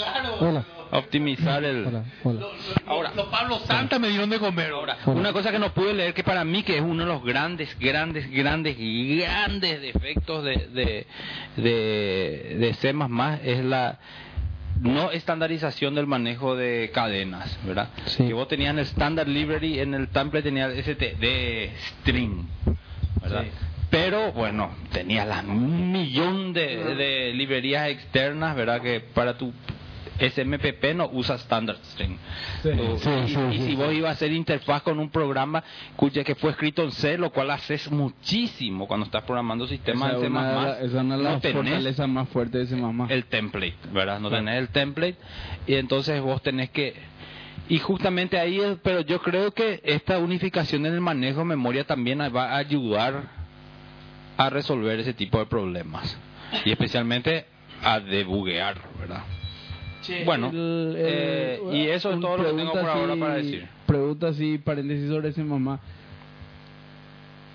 Hola.
optimizar el.
Hola. Hola.
Ahora,
Los Pablo Santa me dieron de comer ahora.
una cosa que no pude leer que para mí que es uno de los grandes, grandes, grandes, grandes defectos de de de, de C++ es la no estandarización del manejo de cadenas, ¿verdad?
Sí.
Que vos tenías en el standard library, en el template tenías de string, ¿verdad? Pero bueno, tenías las millón de, de librerías externas, ¿verdad? Que para tu SMPP no usa standard string. Tú-
Sí,
y,
sí,
y
sí,
si vos ibas a hacer interfaz con un programa cuya que fue escrito en C, lo cual haces muchísimo cuando estás programando sistemas
Esa
en
es
C++.
una de la- esa es una de
no
las
tenés
fortalezas más fuertes de ese mamá.
el template, ¿verdad? No tenés el template y entonces vos tenés que... Y justamente ahí es, pero yo creo que esta unificación en el manejo de memoria también va a ayudar a resolver ese tipo de problemas y especialmente a debuguear, ¿verdad? bueno, eh, y eso es todo lo que tengo por ahora para decir.
Pregunta así, paréntesis sobre ese mamá.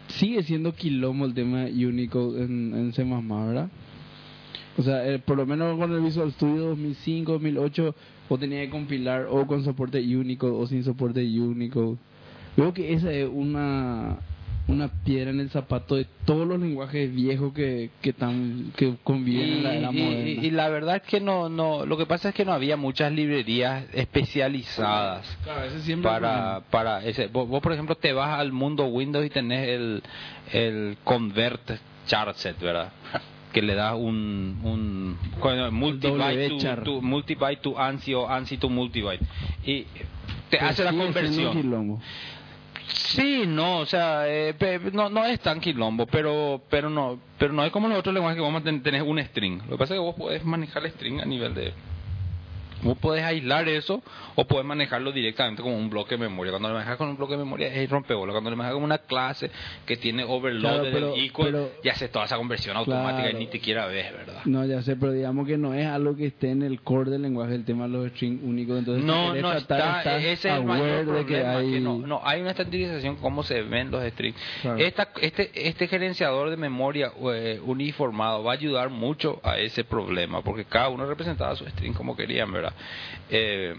Sigue siendo quilombo el tema Unicode en, en C++, ¿verdad? O sea, eh, por lo menos con el Visual Studio 2005, 2008, o tenía que compilar o con soporte Unicode o sin soporte Unicode. Veo que esa es una una piedra en el zapato de todos los lenguajes viejos que que tan que conviven en la era
y-
moderna.
y la verdad es que no, no, lo que pasa es que no había muchas librerías especializadas.
Claro, ese siempre es el
para, para ese. Vos, vos, por ejemplo, te vas al mundo Windows y tenés el, el Convert Charset, ¿verdad? Que le das un, un
W
bueno, multibyte,
char.
to, to- multibyte to ANSI o ANSI to multibyte. Y te hace
Pues Sigue siendo
la
un
conversión.
quilombo.
Sí, no, o sea, eh, pe- no, no es tan quilombo, pero pero no pero no es como los otros lenguajes que vamos a ten- tener un string. Lo que pasa es que vos podés manejar el string a nivel de... Vos podés aislar eso o podés manejarlo directamente como un bloque de memoria. Cuando lo manejas con un bloque de memoria es rompebolas. Cuando lo manejas como una clase que tiene
Claro,
overload
pero-
del equal,
pero-
ya haces toda esa conversión automática
Claro.
y ni te quiera ves, ¿verdad?
No, ya sé, pero digamos que no es algo que esté en el core del lenguaje, el tema de los strings únicos. Entonces,
No,
si querés
no
tratar,
está,
estás
ese es el
aware
mayor
de que
problema,
hay-
que no, no, hay una estandarización cómo se ven los strings.
Claro.
Esta, este, este gerenciador de memoria eh, uniformado va a ayudar mucho a ese problema, porque cada uno representaba su string como querían, ¿verdad? Eh,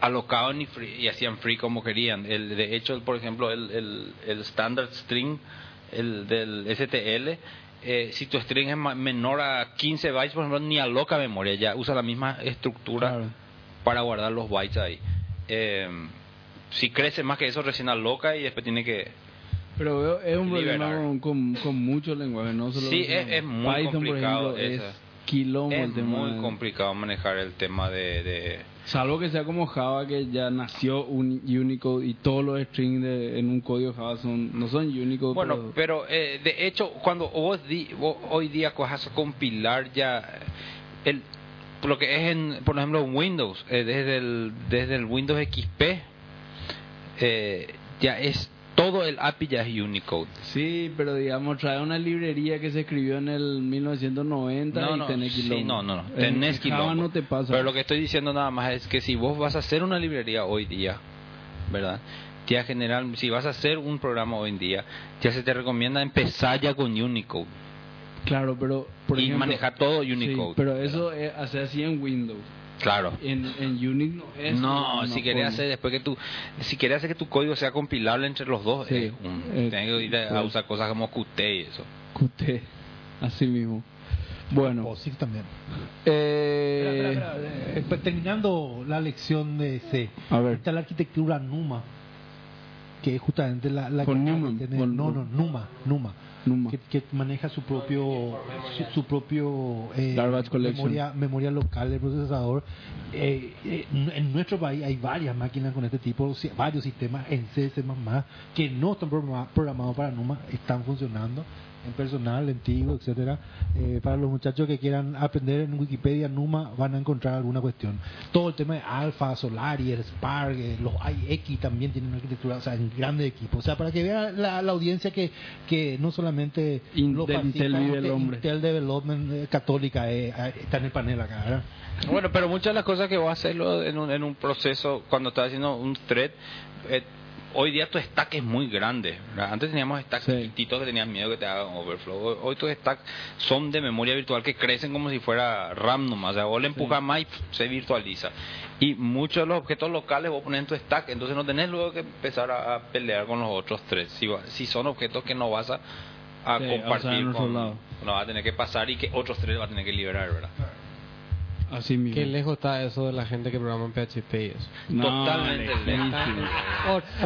alocaban y, free- y hacían free como querían. El, de hecho, el- por ejemplo, el, el, el standard string el del STL, eh, si tu string es ma- menor a 15 bytes, por ejemplo, ni aloca memoria, ya usa la misma estructura
Claro.
para guardar los bytes ahí. Eh, si crece más que eso, recién aloca y después tiene que...
Pero veo, es un problema
Liberar.
con, con, con muchos lenguajes, no solo
Sí,
con
es-
Java.
es muy
Python,
complicado
por ejemplo,
esa.
es quilombo el
Es
tema.
muy
de-
complicado manejar el tema de... de-
Salvo que sea como Java, que ya nació un Unicode y todos los strings de- en un código Java son no son Unicode.
Bueno,
Oh, pero,
pero eh, de hecho, cuando vos, di- vos hoy día cojas a compilar ya el lo que es en, por ejemplo, en Windows, eh, desde el desde el Windows XP eh, ya es todo el API ya es Unicode.
sí, pero digamos, trae una librería que se escribió en el 1990
No,
y
no,
tenés
sí,
quilombo.
no, no, no,
En
tenés
Java
quilombo.
no te pasa.
Pero lo que estoy diciendo nada más es que si vos vas a hacer una librería hoy día, ¿verdad? Ya general, si vas a hacer un programa hoy en día, ya se te recomienda empezar ya con Unicode
Claro, pero por
y
ejemplo,
manejar todo
sí,
Unicode.
pero eso es hacer así en Windows.
claro.
En, en Unix no es.
No,
una
si querés
forma.
hacer después que tu si querés hacer que tu código sea compilable entre los dos,
Sí.
eh, un-
Eh,
tenés que ir a, a
pues.
usar cosas como Qt y eso.
Qt, así mismo. Bueno,
Posible Oh, también. Espera,
eh,
espera, espera, eh, pues, terminando la lección de C,
A ver.
está la arquitectura NUMA, que es justamente la, la
Con
que
Newman,
tiene-
con-
no, no, NUMA, NUMA,
Numa.
Que, que maneja su propio su, su propio eh,
Garbage collection.
memoria, memoria local del procesador. Eh, eh, en nuestro país hay varias máquinas con este tipo, si- varios sistemas en C, C++, que no están programa- programados para NUMA, están funcionando en personal, en Tigo, etcétera. Eh, para los muchachos que quieran aprender en Wikipedia Numa van a encontrar alguna cuestión. Todo el tema de Alpha, Solaris, Spark, eh, los IX también tienen una arquitectura, o sea, en grandes equipos. O sea, para que vea la, la audiencia que, que no solamente
Intel
lo participa,
vive el
Intel-
hombre.
Intel Development eh, Católica eh, eh, está en el panel acá, ¿verdad?
Bueno, pero muchas de las cosas que vos haces lo- en un, en un proceso, cuando estás haciendo un thread, eh, hoy día tu stack es muy grande. ¿verdad? Antes teníamos stacks
Sí.
chiquititos que tenías miedo que te hagan overflow. Hoy, hoy tus stacks son de memoria virtual que crecen como si fuera RAM nomás. O sea, vos le empujas más y pf, se virtualiza. Y muchos de los objetos locales vos pones en tu stack, entonces no tenés luego que empezar a, a pelear con los otros threads. Si, va- si son objetos que no vas a, a
Sí, o sea, en
compartir
otro
con...
lado.
No, va a tener que pasar y que otros threads va a tener que liberar, ¿verdad?
Así mismo.
Qué lejos está eso de la gente que programa en PHP y eso.
No,
Totalmente ¿eh?
lejísimo.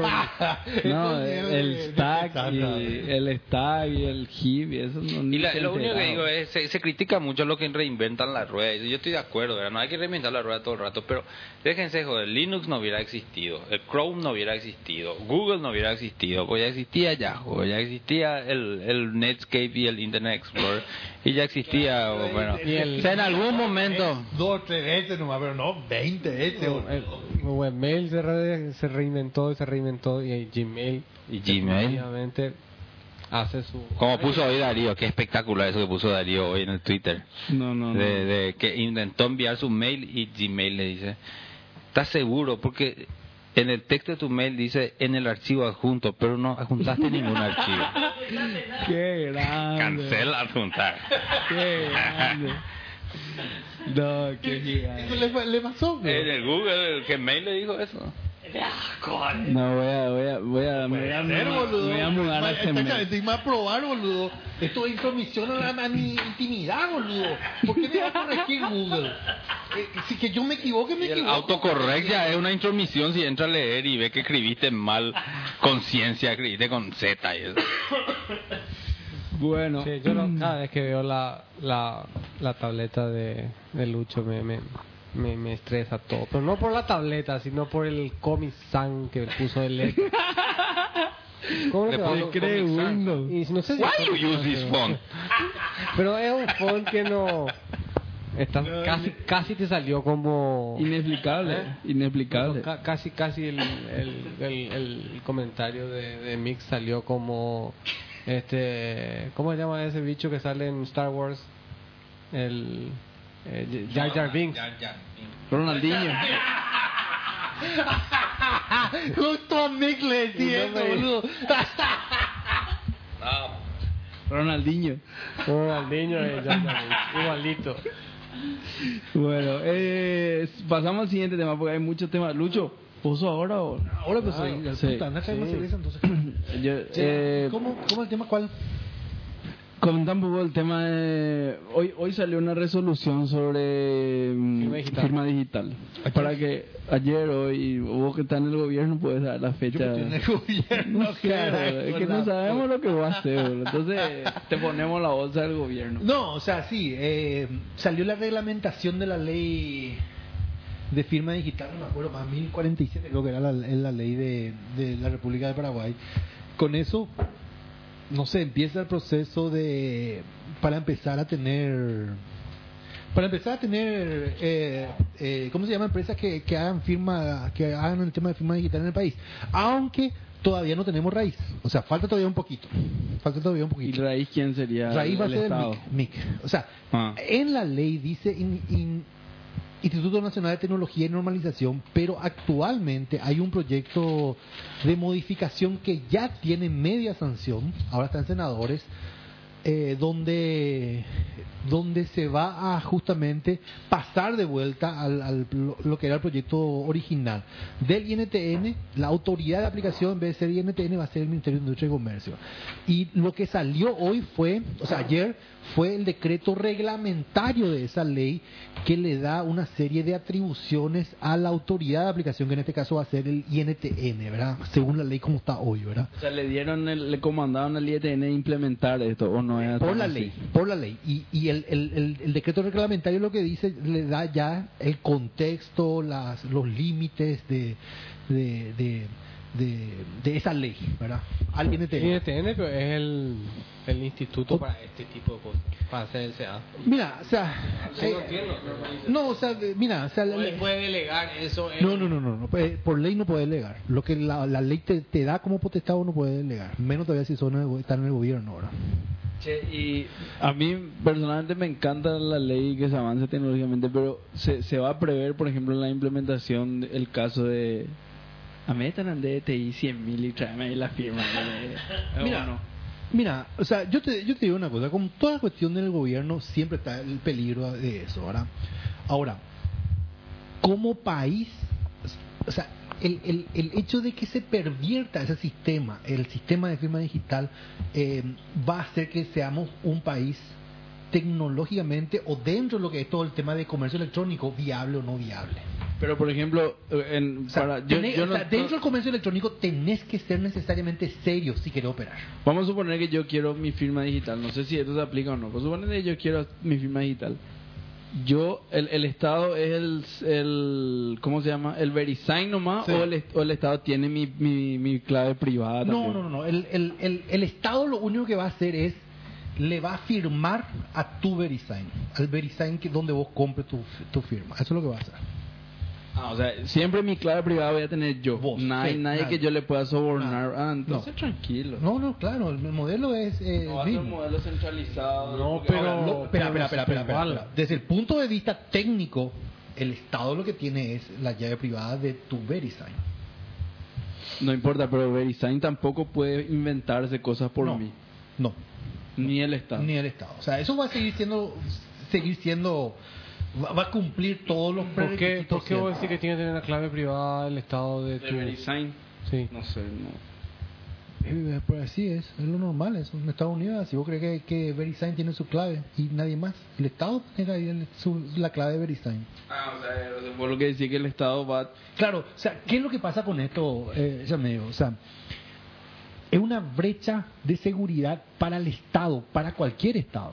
No,
Eso es
el
de-
stack y el stack y el heap y eso no
Y
ni
la-
se
lo único que
enteraba.
digo es, se, se critica mucho lo que reinventan la rueda. Y Yo estoy de acuerdo, ¿verdad? No hay que reinventar la rueda todo el rato, pero déjense joder, Linux no hubiera existido, el Chrome no hubiera existido, Google no hubiera existido, pues ya existía Yahoo, ya existía el, el Netscape y el Internet Explorer, y ya existía, o bueno,
y el-
o sea, en algún momento...
Dos, tres veces nomás, pero no eh, 20 veces.
El webmail eh, se, re- se reinventó y se reinventó y el Gmail.
Y Gmail.
Obviamente hace su...
Como puso hoy Darío, qué espectacular eso que puso Darío hoy en el Twitter.
No, no, no.
de, de que intentó enviar su mail y Gmail le dice, ¿estás seguro? Porque en el texto de tu mail dice en el archivo adjunto, pero no adjuntaste ningún archivo.
Qué grande.
Cancela adjuntar.
Qué grande. No, qué gigante.
le, le pasó?
En el Google, el Gmail le dijo eso.
No, voy a, voy a, voy a, me voy a,
Hacer,
mudar-
boludo.
me voy a mudar a este mes.
Exactamente, y más probar, boludo. Esto es intromisión a, la- a mi intimidad, boludo. ¿Por qué me va a corregir Google? Eh, si que yo me equivoque,
Y
me
el
equivoco.
autocorrect ya es una intromisión si entra a leer y ve que escribiste mal conciencia, escribiste con Z y eso.
Bueno,
Sí, yo no- cada vez que veo la, la, la tableta de, de Lucho me, me, me, me estresa todo. Pero no por la tableta, sino por el Comic San que puso el ex. ¿Cómo
Le
que
puso
va?
un Cree Comic Sans. Windows.
Y no sé si-
Why you use this font?
Pero es un font que no... Está, casi, casi te salió como...
inexplicable, inexplicable.
Ca- casi casi el, el, el, el comentario de, de Mick salió como este cómo se llama ese bicho que sale en Star Wars el eh, Jar
Ah,
Jar Binks
Ronaldinho.
Justo a Mick le decía eso, boludo.
Ronaldinho.
Ronaldinho de Jar Jar Binks igualito
Bueno, eh, pasamos al siguiente tema porque hay muchos temas. Lucho, ¿puso ahora o...? Ah,
Ahora pues, soy
sí,
puta, anda a traer más
sí.
cerveza, entonces.
Yo, eh,
¿Cómo, ¿Cómo el tema cuál?
Comentamos un poco el tema de... Hoy, hoy salió una resolución sobre mm,
Firma digital.
firma digital. Para que ayer, hoy, vos que estás en el gobierno puedes dar la fecha.
gobierno,
No, claro, es que no sabemos lo que vas a hacer. boludo. Entonces te ponemos la bolsa del gobierno.
No, o sea, sí, eh, salió la reglamentación de la ley de firma digital, no me acuerdo, más 1047 creo que era la, es la ley de, de la República de Paraguay. Con eso, no sé, empieza el proceso de para empezar a tener para empezar a tener eh, eh, cómo se llama empresas que, que hagan firma que hagan el tema de firma digital en el país aunque todavía no tenemos raíz o sea falta todavía un poquito falta todavía un
¿Y
poquito
raíz quién sería?
Raíz va a
el
ser el
Estado?
MIC, MIC. O sea,
Ah.
en la ley dice in- in- Instituto Nacional de Tecnología y Normalización, pero actualmente hay un proyecto de modificación que ya tiene media sanción, ahora está en senadores, eh, donde, donde se va a justamente pasar de vuelta al, al- lo- lo que era el proyecto original del INTN, la autoridad de aplicación en vez de ser INTN va a ser el Ministerio de Industria y Comercio. Y lo que salió hoy fue, o sea, ayer fue el decreto reglamentario de esa ley que le da una serie de atribuciones a la autoridad de aplicación, que en este caso va a ser el INTN, ¿verdad? Según la ley como está hoy, ¿verdad?
O sea, le dieron, el- le comandaron al E IETN implementar esto, ¿o no? Era
Por
tan
la
así?
ley, por la ley. Y, y el, el- el- el decreto reglamentario lo que dice le da ya el contexto, las, los límites de, de, de, de, de esa ley, ¿verdad? Alguien
el INTN pero este, es el, el instituto para este tipo de cosas para ah. hacer el CA
Mira, o sea... eh, no, o sea, de- mira, o sea... la-
puede, puede delegar eso en-
no, no, no, no, no, eh, por ley no puede delegar. Lo que la, la ley te, te da como potestad uno puede delegar. Menos todavía si son, en el go- están en el gobierno, ¿verdad?
Che, y a mí personalmente me encanta la ley que se avance tecnológicamente, pero se, se va a prever, por ejemplo, en la implementación el caso de... A mí están de DTI 100 mil y tráeme ahí la firma. ¿no?
Mira,
¿O no?
Mira, o sea, yo te, yo te digo una cosa, con toda cuestión del gobierno siempre está el peligro de eso, ¿verdad? Ahora, como país, o sea, el, el, el hecho de que se pervierta ese sistema, el sistema de firma digital, eh, va a hacer que seamos un país tecnológicamente o dentro de lo que es todo el tema de comercio electrónico, viable o no viable.
Pero por ejemplo, en,
O sea,
para, yo,
tenés-
yo
o
no-
sea, dentro del comercio electrónico tenés que ser necesariamente serio si querés operar.
Vamos a suponer que yo quiero mi firma digital. No sé si esto se aplica o no. Vamos a suponer que yo quiero mi firma digital. Yo, el, el Estado es el, el. ¿Cómo se llama? ¿El Verisign nomás?
Sí.
O, el, est- o el Estado tiene mi, mi, mi clave privada? Ah,
No,
también?
no, no, no. El, el, el, el Estado lo único que va a hacer es le va a firmar a tu Verisign, al Verisign que donde vos compres tu, tu firma. Eso es lo que va a hacer.
Ah, o sea, siempre mi clave privada voy a tener yo.
Vos,
nadie,
sí,
nadie
nadie.
que yo le pueda sobornar.
Nadie.
Ah, entonces tranquilo.
No, no, claro, el, el modelo es eh,
No va a ser
mismo.
un modelo centralizado.
No,
porque-
pero-
No, espera, espera, espera, espera, espera,
igual.
espera. Desde el punto de vista técnico, el Estado lo que tiene es la llave privada de tu Verisign.
No importa, pero Verisign tampoco puede inventarse cosas por
No.
mí.
No,
Ni el Estado.
ni el Estado. O sea, eso va a seguir siendo, seguir siendo, va, va a cumplir todos los
¿Por qué,
prerequisitos
¿Por qué
que-
vos decís que tiene que tener una clave privada el estado de
De
tu...
Verisign.
Sí.
No sé, no.
Eh, Pues así es, es lo normal, es en Estados Unidos, si vos crees que, que Verisign tiene su clave y nadie más, el Estado tiene ahí el- su- la clave de Verisign.
Ah, o sea, por lo que decía que el Estado va.
Claro, o sea, ¿qué es lo que pasa con esto, eh, ya me digo, O sea, es una brecha de seguridad para el Estado, para cualquier Estado.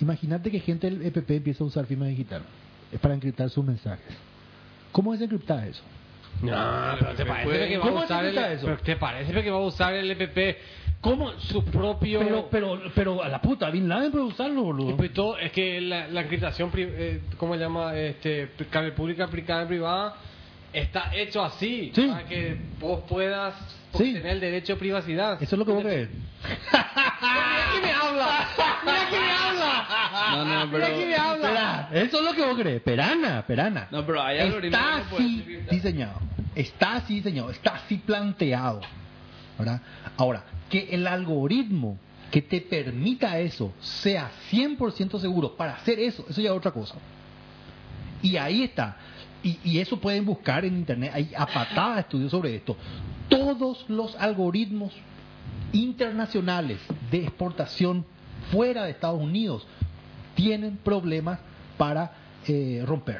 Imagínate que gente del EPP empieza a usar firma digital eh, para encriptar sus mensajes. ¿Cómo es encriptar eso?
No, pero te parece que va a
Pues, ¿Cómo se
usar el
quita eso?
pero te parece que va a usar el EPP como su propio
Pero, pero, pero a la puta, Bin Laden puede usarlo,
Y
boludo.
pues todo, es que la, la encriptación, pri- eh, ¿cómo se llama? Este, pri- clave pública, pri- clave privada, está hecho así,
Sí.
para que vos puedas
Sí.
tener el derecho de privacidad.
Eso es lo que vos crees. Ah,
No, no, pero.
Espera, eso es lo que vos crees. Perana, perana.
No, pero hay algoritmos
Está
que no pueden
así
encriptar.
diseñado. Está así diseñado. Está así planteado. ¿verdad? Ahora, que el algoritmo que te permita eso sea 100% seguro para hacer eso, eso ya es otra cosa. Y ahí está. Y, y eso pueden buscar en internet. Hay a patada estudios sobre esto. Todos los algoritmos internacionales de exportación fuera de Estados Unidos tienen problemas para eh, romper.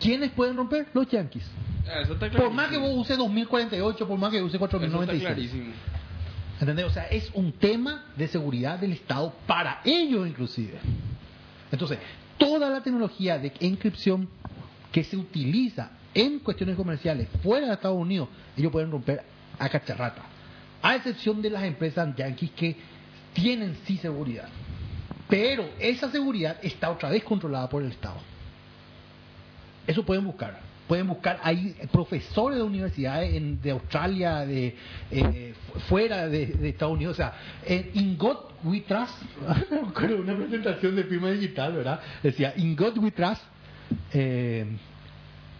¿Quiénes pueden romper? Los yanquis.
Ah, Eso está
Por más que vos uses 2048, por más que uses
Eso está
4096.
clarísimo.
¿Entendés? O sea, es un tema de seguridad del Estado para ellos inclusive. Entonces, toda la tecnología de encripción que se utiliza en cuestiones comerciales fuera de Estados Unidos, ellos pueden romper a cacharrata. A excepción de las empresas yanquis que tienen sí seguridad. Pero esa seguridad está otra vez controlada por el Estado. Eso pueden buscar. Pueden buscar, hay profesores de universidades en- de Australia, de eh, fu- fuera de, de Estados Unidos. O sea, en In God We Trust, me acuerdo de una presentación de firma digital, ¿verdad? Decía, In God We Trust, eh,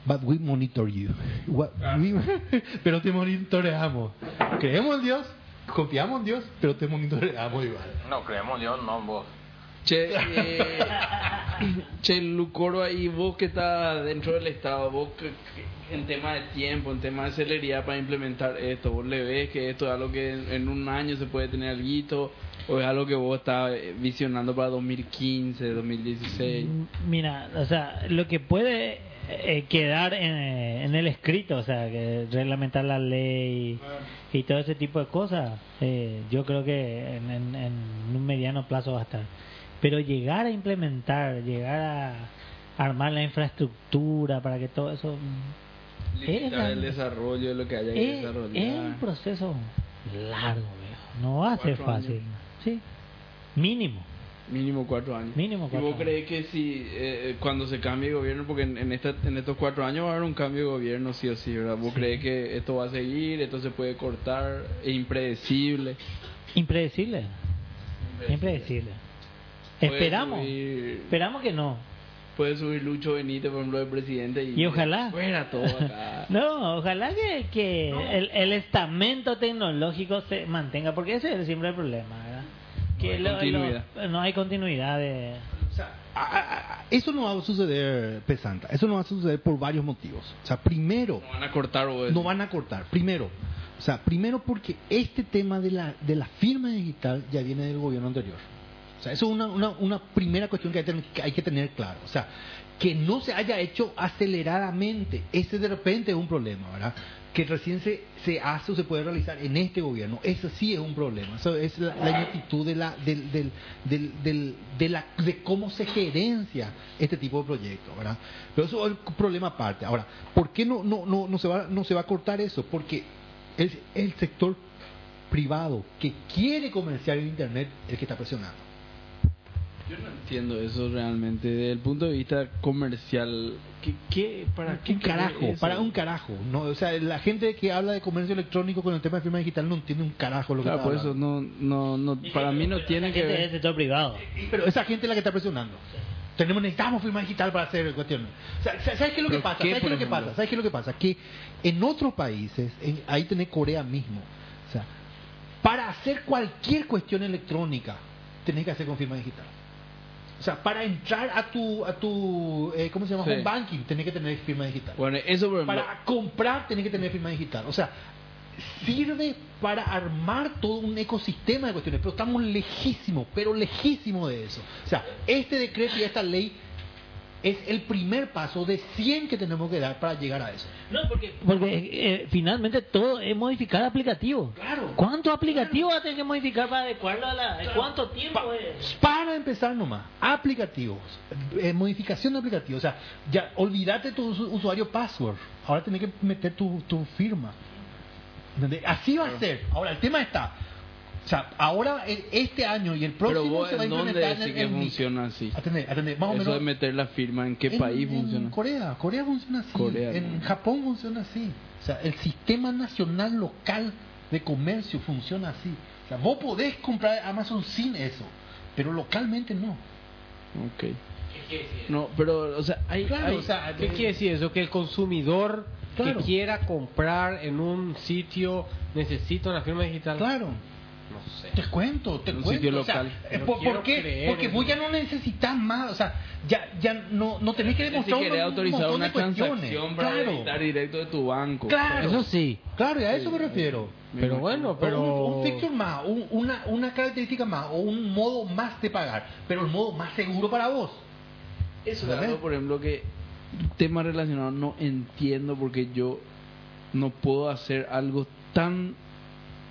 but we monitor you. What- we- pero te monitoreamos. Creemos en Dios, confiamos en Dios, pero te monitoreamos igual.
No, creemos Dios, no vos.
Che, eh, che, Lucoro, ahí vos que estás dentro del Estado, vos que, que- en tema de tiempo, en tema de celeridad para implementar esto, vos le ves que esto es algo que en, en un año se puede tener algo, o es algo que vos estás eh, visionando para 2015, 2016.
Mm.
Mira, o sea, lo que puede eh, quedar en, eh, en el escrito, o sea, que reglamentar la ley y todo ese tipo de cosas, eh, yo creo que en, en- en un mediano plazo va a estar. Pero llegar a implementar, llegar a armar la infraestructura para que todo eso mm, es,
Limitar
la-
el desarrollo de lo que haya que
Eh,
es-
desarrollar.
es un proceso largo, viejo. no va a ser
Cuatro años.
fácil, sí, mínimo.
Mínimo cuatro años.
Mínimo cuatro
¿Y vos
años.
crees que si eh, cuando se cambie de gobierno, porque en, en, esta- en estos cuatro años va a haber un cambio de gobierno sí o sí, ¿verdad? ¿Vos
Sí.
crees que esto va a seguir, esto se puede cortar, es impredecible?
Impredecible. Impredecible.
Puede
Esperamos.
subir-
Esperamos que no.
Puede subir Lucho Benítez, por ejemplo, de presidente. Y,
Y ojalá.
Fuera todo acá.
No, ojalá que, que el, el estamento tecnológico se mantenga, porque ese es siempre el problema, ¿verdad? Que
No hay
lo- lo-
continuidad.
no hay continuidad de...
O sea, a- a- a- eso no va a suceder, Pesanta. Eso no va a suceder por varios motivos. O sea, primero,
No van a cortar vos.
no van a cortar. Primero, o sea, primero porque este tema de la, de la firma digital ya viene del gobierno anterior. O sea, eso es una, una, una primera cuestión que hay, que tener- que hay que tener claro. O sea, que no se haya hecho aceleradamente, ese de repente es un problema, ¿verdad? Que recién se, se hace o se puede realizar en este gobierno, eso sí es un problema. Eso es la, la ineptitud de, la, del, del, del, del- de, la, de cómo se gerencia este tipo de proyectos, ¿verdad? Pero eso es un problema aparte. Ahora, ¿por qué no, no, no, no, se, va, no se va a cortar eso? Porque es el sector privado que quiere comerciar en Internet el que está presionando.
Yo no entiendo eso realmente desde el punto de vista comercial. ¿Qué, qué, para qué
un carajo,
querer eso?
para un carajo. No, o sea, la gente que habla de comercio electrónico con el tema de firma digital no entiende un carajo lo que
Claro,
está
Ah, por eso
hablando.
no, no, no, para mí no tiene que
Este es el
ver.
sector privado.
Y- Pero esa gente es la que está presionando. Tenemos, necesitamos firma digital para hacer cuestiones. O sea, ¿Sabes qué es lo que
¿Pero
pasa?
qué,
¿Sabes qué es
por
lo que
ejemplo?
pasa? ¿Sabes qué es lo que pasa? Que en otros países, en- ahí tenés Corea mismo, o sea, para hacer cualquier cuestión electrónica, tenés que hacer con firma digital. O sea, para entrar a tu, a tu eh, ¿cómo se llama?
Sí.
Home banking, tenés que tener firma digital.
Bueno, eso por ejemplo.
Para comprar tenés que tener firma digital. O sea, sirve para armar todo un ecosistema de cuestiones, pero estamos lejísimos, pero lejísimos de eso. O sea, este decreto y esta ley es el primer paso de 100 que tenemos que dar para llegar a eso.
No, porque, porque eh, finalmente todo es modificar aplicativo.
Claro.
¿Cuántos aplicativos va a tener que modificar para adecuarlo a la... ¿Cuánto tiempo
Pa-
es?
Para empezar nomás, aplicativos, eh, modificación de aplicativos, o sea, ya olvídate tu usu- usuario password, ahora tenés que meter tu, tu firma. ¿Entendés? Así va a ser. Ahora, el tema está, o sea, ahora el- este año y el próximo
Pero vos,
se va a
¿en dónde
implementar en
decís
el,
que
el MIC.
funciona así?
Atendé, atendé, más o
Eso
menos.
de meter la firma, ¿en qué
en-
país
en
funciona?
Corea, Corea funciona así.
Corea,
en
¿no?
Japón funciona así. O sea, el sistema nacional local de comercio funciona así. O sea, vos podés comprar Amazon sin eso, pero localmente no.
Ok. No, pero, o sea, hay.
Claro,
hay-
o sea,
¿Qué quiere decir eso? Que el consumidor
Claro.
que quiera comprar en un sitio necesita una firma digital.
Claro.
No sé.
Te cuento, te
Un
cuento.
sitio
o sea,
local.
eh,
No
¿por,
quiero
por qué?
creer
Porque
en
vos
eso.
ya no necesitas más, o sea, ya, ya no, no tenés que
Ni
demostrar un,
siquiera autorizar
montón
una
de cuestiones.
transacción para
Claro,
debitar directo de tu banco.
claro,
Eso sí.
claro, y a eso me refiero.
Me
Pero
imagino.
bueno,
Pero... Un,
pero...
un feature más, un- una, una característica más, o un modo más de pagar, pero el modo más seguro para vos.
Eso es
¿Verdad?
algo, por ejemplo, que temas relacionados no entiendo porque yo no puedo hacer algo tan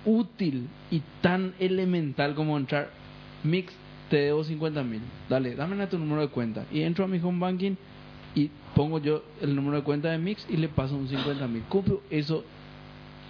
útil y tan elemental como entrar mix te debo 50 mil dale dame tu número de cuenta y entro a mi home banking y pongo yo el número de cuenta de mix y le paso un 50 mil copio eso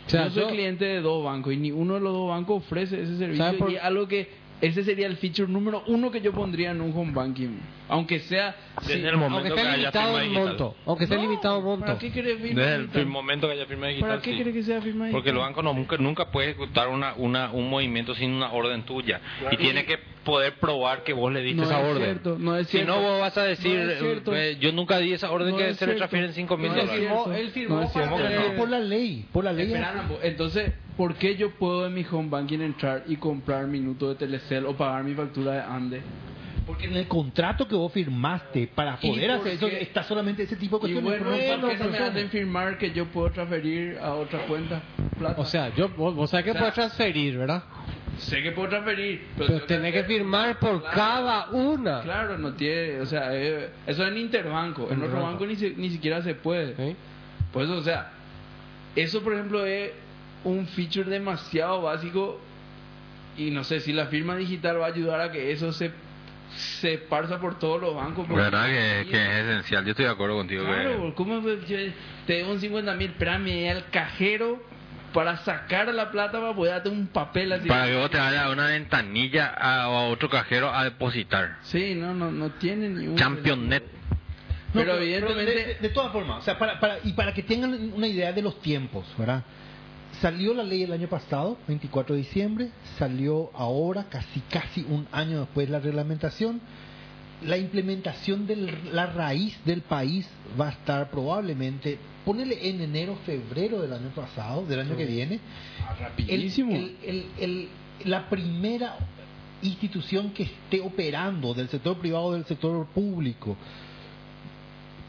O sea,
yo soy
yo-
cliente de dos bancos y ni uno de los dos bancos ofrece ese servicio
¿Sabe por-
y algo que ese sería el feature número uno que yo pondría en un home banking aunque sea
Desde
sí,
el momento
Aunque
que
esté
haya
limitado
firma
el
digital.
monto. Aunque esté
No,
limitado el monto.
¿Para qué quiere firma
Desde el
digital?
primer momento que haya firma digital.
¿Para qué
sí.
quiere que sea firma digital?
Porque el banco no, nunca, nunca puede ejecutar una, una, un movimiento sin una orden tuya. Y tiene que poder probar que vos le diste
No
esa
es
orden.
cierto, no es
si
cierto.
no, vos vas a decir,
No es cierto.
eh, yo nunca di esa orden
No
que
es
se le
cierto.
transfieren 5 mil
No es
Él
dólares.
cierto.
firmó, él firmó
No es
para
cierto.
tener-
¿Cómo que
Es por la ley, por la ley.
Espera, po- pues, entonces, ¿por qué yo puedo en mi home banking entrar y comprar minutos de Telecel o pagar mi factura de Ande?
Porque en el contrato que vos firmaste para
¿Y
poder
por
hacer eso
qué?
está solamente ese tipo de
Y
cuestiones.
bueno, ¿por
pero no para
qué no me
personas.
hacen firmar que yo puedo transferir a otra cuenta? plata?
O sea, yo, vos, vos sabés que
O sea,
puedes transferir, ¿verdad?
sé que puedo transferir, pero,
Pero
tengo
tenés que
hacer-
firmar por
Claro.
cada una.
Claro, no tiene, o sea, eh, eso es en interbanco, en otro
Interbanco.
banco ni, se- ni siquiera se puede.
¿Sí?
Por eso, Pues, o sea, eso por ejemplo es un feature demasiado básico y no sé si la firma digital va a ayudar a que eso se se parta por todos los bancos.
La
porque-
verdad que, que es esencial. Yo estoy de acuerdo contigo. que-
Claro, ¿cómo fue? Yo te doy un 50 mil, espérame al cajero para sacar la plata para poder darte un papel así?
para que vos te vayas a una ventanilla a, o a otro cajero a depositar.
Sí, no, no, no tiene ni un...
Championnet.
No,
Pero evidentemente...
de, de- de todas formas, o sea, para, para- y para que tengan una idea de los tiempos, ¿verdad? Salió la ley el año pasado, 24 de diciembre, salió ahora, casi casi un año después la reglamentación. La implementación de la raíz del país va a estar probablemente, ponele en enero, febrero del año pasado, del año que viene, el-
rapidísimo.
el- el- el- la primera institución que esté operando del sector privado o del sector público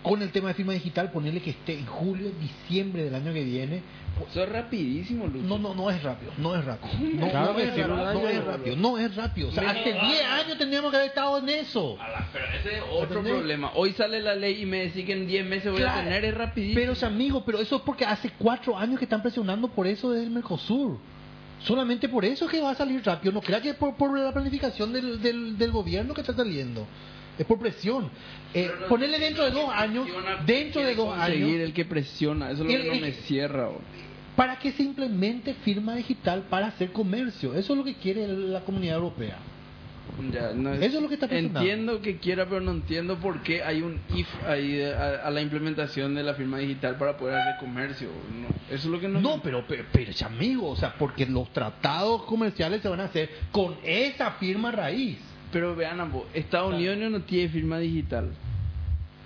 con el tema de firma digital, ponerle que esté en julio, diciembre del año que viene. pues,
Eso es rapidísimo, Lucho.
No, no, no es rápido, no es rápido. No,
Claro
no
que
es
sí,
rápido,
un
no
año,
es rápido, no es rápido. O sea, hace 10 años tendríamos que haber estado en eso.
Pero ese es otro
¿Entendés?
problema. Hoy sale la ley y me decís que en 10 meses voy a
Claro.
tener, es rapidísimo.
Pero, o sea, eh, amigo, pero eso es porque hace cuatro años que están presionando por eso desde el Mercosur. Solamente por eso es que va a salir rápido. No crea que es por, por la planificación del, del, del gobierno que está saliendo. Es por presión. Eh,
Pero no-
ponerle dentro de dos años, dentro de dos
Conseguir
años,
el que presiona, eso es lo
El-
que no
el-
me cierra. bro.
para que se implemente firma digital para hacer comercio. Eso es lo que quiere la comunidad europea.
Ya, no
Eso es lo que está presionando.
Entiendo que quiera, pero no entiendo por qué hay un if ahí de- a, a la implementación de la firma digital para poder hacer comercio. No, eso es lo que no.
No, pero, pero, pero, ya, amigo, o sea, porque los tratados comerciales se van a hacer con esa firma raíz.
Pero vean, ambos, Estados Unidos no tiene firma digital.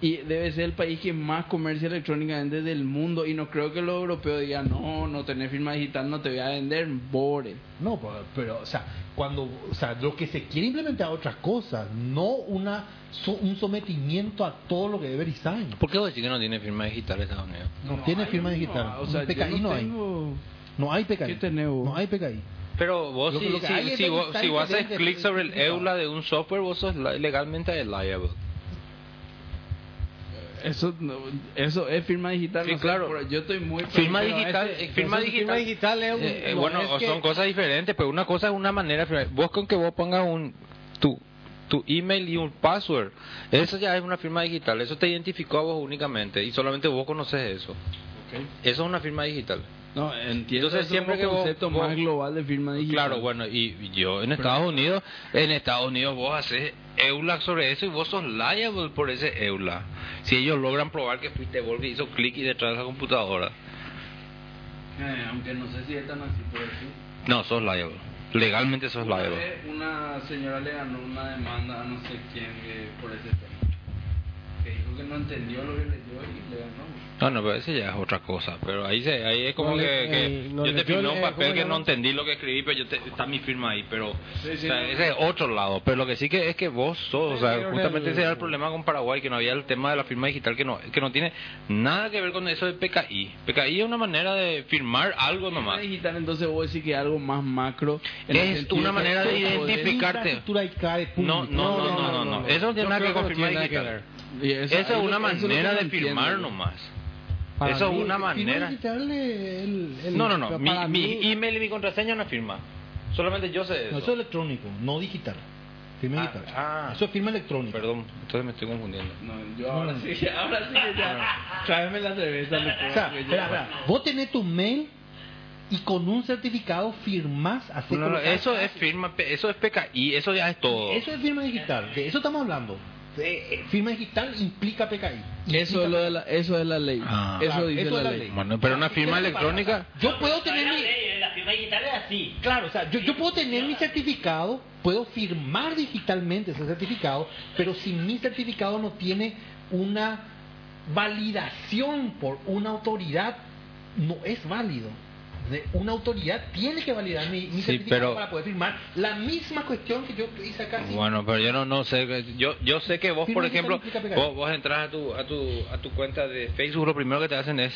Y debe ser el país que más comercia electrónicamente del mundo. Y no creo que los europeos digan, no, no tener firma digital no te voy a vender, bore.
No, pero, pero, o sea, cuando, o sea, lo que se quiere implementar otras cosas, no una so- un sometimiento a todo lo que debe design.
¿Por qué vos decís que no tiene firma digital Estados Unidos?
No, tiene
hay,
firma
no,
digital.
o sea,
Un
yo
PKI no,
no
hay.
tengo-
No hay PKI.
¿Qué tenemos?
No hay PKI.
Pero vos,
Lo que-
si,
lo que
si-
hay es
si vos,
revisar
si vos haces
diferentes
clic sobre el
certificados.
EULA de un software, vos sos li- legalmente
Eh,
liable.
Eh, Eso, no- eso es firma digital.
Sí,
no sé,
claro.
pero yo estoy muy.
Firma
pero
digital,
ese-
eh, firma
entonces, firma
digital.
digital es un-
Eh, eh,
no,
bueno,
es
o
que-
son cosas diferentes, pero una cosa es una manera. de firmar. Vos con que vos pongas un tu tu email y un password, eso ya es una firma digital. Eso te identificó a vos únicamente y solamente vos conoces eso. Eso es una firma digital.
No, entiendo.
Entonces,
eso
siempre
como
que vos-
concepto
vos-
más global de firma digital.
Claro, bueno, y y yo en Estados Unidos, en Estados Unidos vos haces EULA sobre eso y vos sos liable por ese EULA. Si ellos logran probar que fuiste vos que hizo clic y detrás de la computadora,
Eh, aunque no sé si es tan así, pero sí.
no, sos liable. Legalmente sos
Una
liable.
vez una señora le ganó una demanda a no sé quién eh, por ese tema. Que dijo que no entendió lo que le dio y le ganó.
No, no, pero eso ya es otra cosa. Pero ahí, se, ahí es como
No,
que,
le-
que
el- no, le-
yo te
yo
firmé
le-
un
eh, ¿cómo
papel
se
que
llama?
no entendí lo que escribí, pero yo te- está mi firma ahí. Pero
Sí, sí,
o sea,
no.
ese es otro lado. Pero lo que sí que es que vos sos, o
Sí,
sea,
pero
justamente
el-
ese era el problema con Paraguay, que no había el tema de la firma digital, que no, que no tiene nada que ver con eso de PKI. PKI es una manera de firmar algo nomás.
Firma digital, entonces voy a decir que es algo más macro. en el
Es
sentido
una
que
manera de
vos podés-
identificar- Explicarte.
Infraestructura ICAE
No, no, no,
pública.
no, no, no, Eso no tiene
Yo
nada que
creo
ver con
que no
firma
tiene nada que
digital.
Y eso-
Esa es
ahí lo-
una
eso es lo que
manera
no
de
entiendo,
firmar
¿no?
nomás.
Para
Eso es
mí,
una manera.
digital, eh, el- el-
No, no, no.
pero
Mi,
para
mi
mí-
email y mi contraseña no firma. Solamente yo sé
No,
eso.
eso es electrónico, no digital.
Ah,
Firma digital.
ah.
Eso es firma electrónica.
Perdón, entonces me estoy confundiendo.
No, yo ahora sí, que- ahora sí que ya. Tráeme la cerveza, Lucas,
O sea,
que yo-
espera, espera. Vos tenés tu mail y con un certificado firmás así
No, no, eso es firma, pe- eso es PKI, eso ya es todo.
Eso es firma digital, de eso estamos hablando. Eh, eh, firma digital implica PKI.
Eso es, lo de la, eso es la ley.
Ah.
eso
Claro,
dice
eso
la
es la
ley.
ley.
Bueno, pero una firma electrónica.
Yo puedo tener
la,
mi,
ley, eh, la firma digital es así.
claro, o sea, yo, yo puedo tener mi certificado, puedo firmar digitalmente ese certificado, pero si mi certificado no tiene una validación por una autoridad, no es válido. De- Una autoridad tiene que validar mi, mi
Sí,
certificado
pero-
para poder firmar. La misma cuestión que yo hice acá. sí.
Bueno, pero yo no, no sé, yo, yo sé que vos,
Firma
por
digital
ejemplo,
implica PKI.
vos, vos entras a tu, a, tu, a tu cuenta de Facebook, lo primero que te hacen es,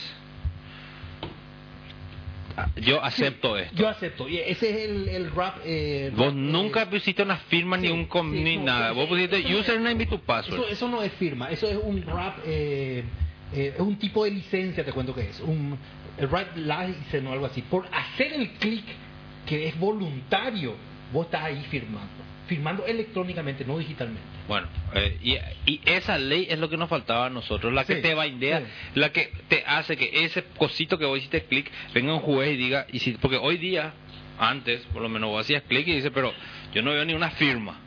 ah, yo acepto esto.
Yo acepto. Y ese es el, el rap. eh,
Vos
rap, eh,
nunca pusiste una firma ni
sí,
un com-
sí,
ni
no,
nada.
eso-
Vos pusiste
eso no-
username y tu password.
Eso, eso no es firma, eso es un rap. eh, eh, es un tipo de licencia, te cuento que es. Un rap license o algo así. Por hacer el clic, que es voluntario, vos estás ahí firmando. Firmando electrónicamente, no digitalmente.
Bueno, eh, y, y esa ley es lo que nos faltaba a nosotros, la que
Sí,
te baindea,
sí.
la que te hace que ese cosito que vos hiciste clic venga un juez y diga, y si, porque hoy día, antes, por lo menos vos hacías clic y dices, pero yo no veo ni una firma.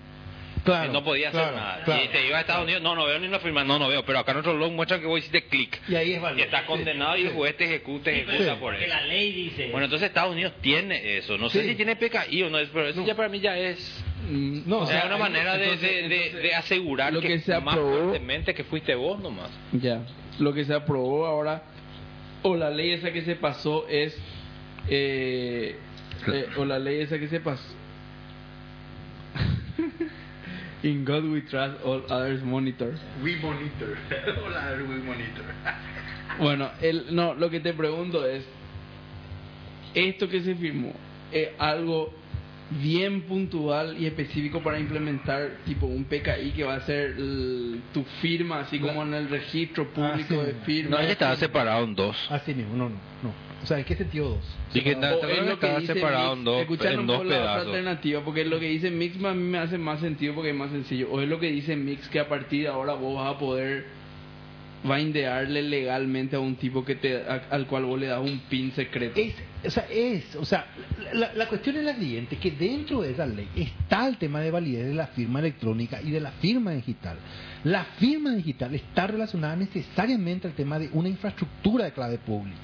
Y no podía hacer nada. y te iba a Estados Unidos, no, no veo ni una firma, no, no veo, pero acá en otro log muestran que vos hiciste clic.
Y ahí es válido.
Y está condenado y el juez te ejecuta, te ejecuta por
Porque
eso.
la ley dice.
Bueno, entonces Estados Unidos tiene eso. No sé
Sí.
si tiene PKI o no, pero eso ya para mí ya es...
Mm,
No,
O sea,
sea,
una manera de,
entonces-
de- de-
entonces-
de asegurar
lo que
lo que,
se
más
aprobó-
fuertemente que fuiste vos nomás.
Ya, lo que se aprobó ahora, o la ley esa que se pasó es, eh, eh, o la ley esa que se pasó. In God we trust, all others monitor.
We monitor. Hola, we monitor.
Bueno, el, no, lo que te pregunto es, ¿esto que se firmó es algo bien puntual y específico para implementar tipo un PKI que va a ser el- tu firma, así como en el registro público
Ah, sí.
de firmas?
No, ella estaba separado en dos.
Así mismo, no, no, no. O sea, ¿en qué sentido dos?
Y que ta-
O
ta-
es lo que
estaba
dice
separado
Mix.
en dos,
Escucharon
en dos
por la otra
pedazos.
alternativa, porque lo que dice Mix a mí me hace más sentido porque es más sencillo. O es lo que dice Mix que a partir de ahora vos vas a poder bindearle legalmente a un tipo que te a- al cual vos le das un pin secreto.
Es, o sea, es, o sea, la, la cuestión es la siguiente, que dentro de esa ley está el tema de validez de la firma electrónica y de la firma digital. La firma digital está relacionada necesariamente al tema de una infraestructura de clave pública.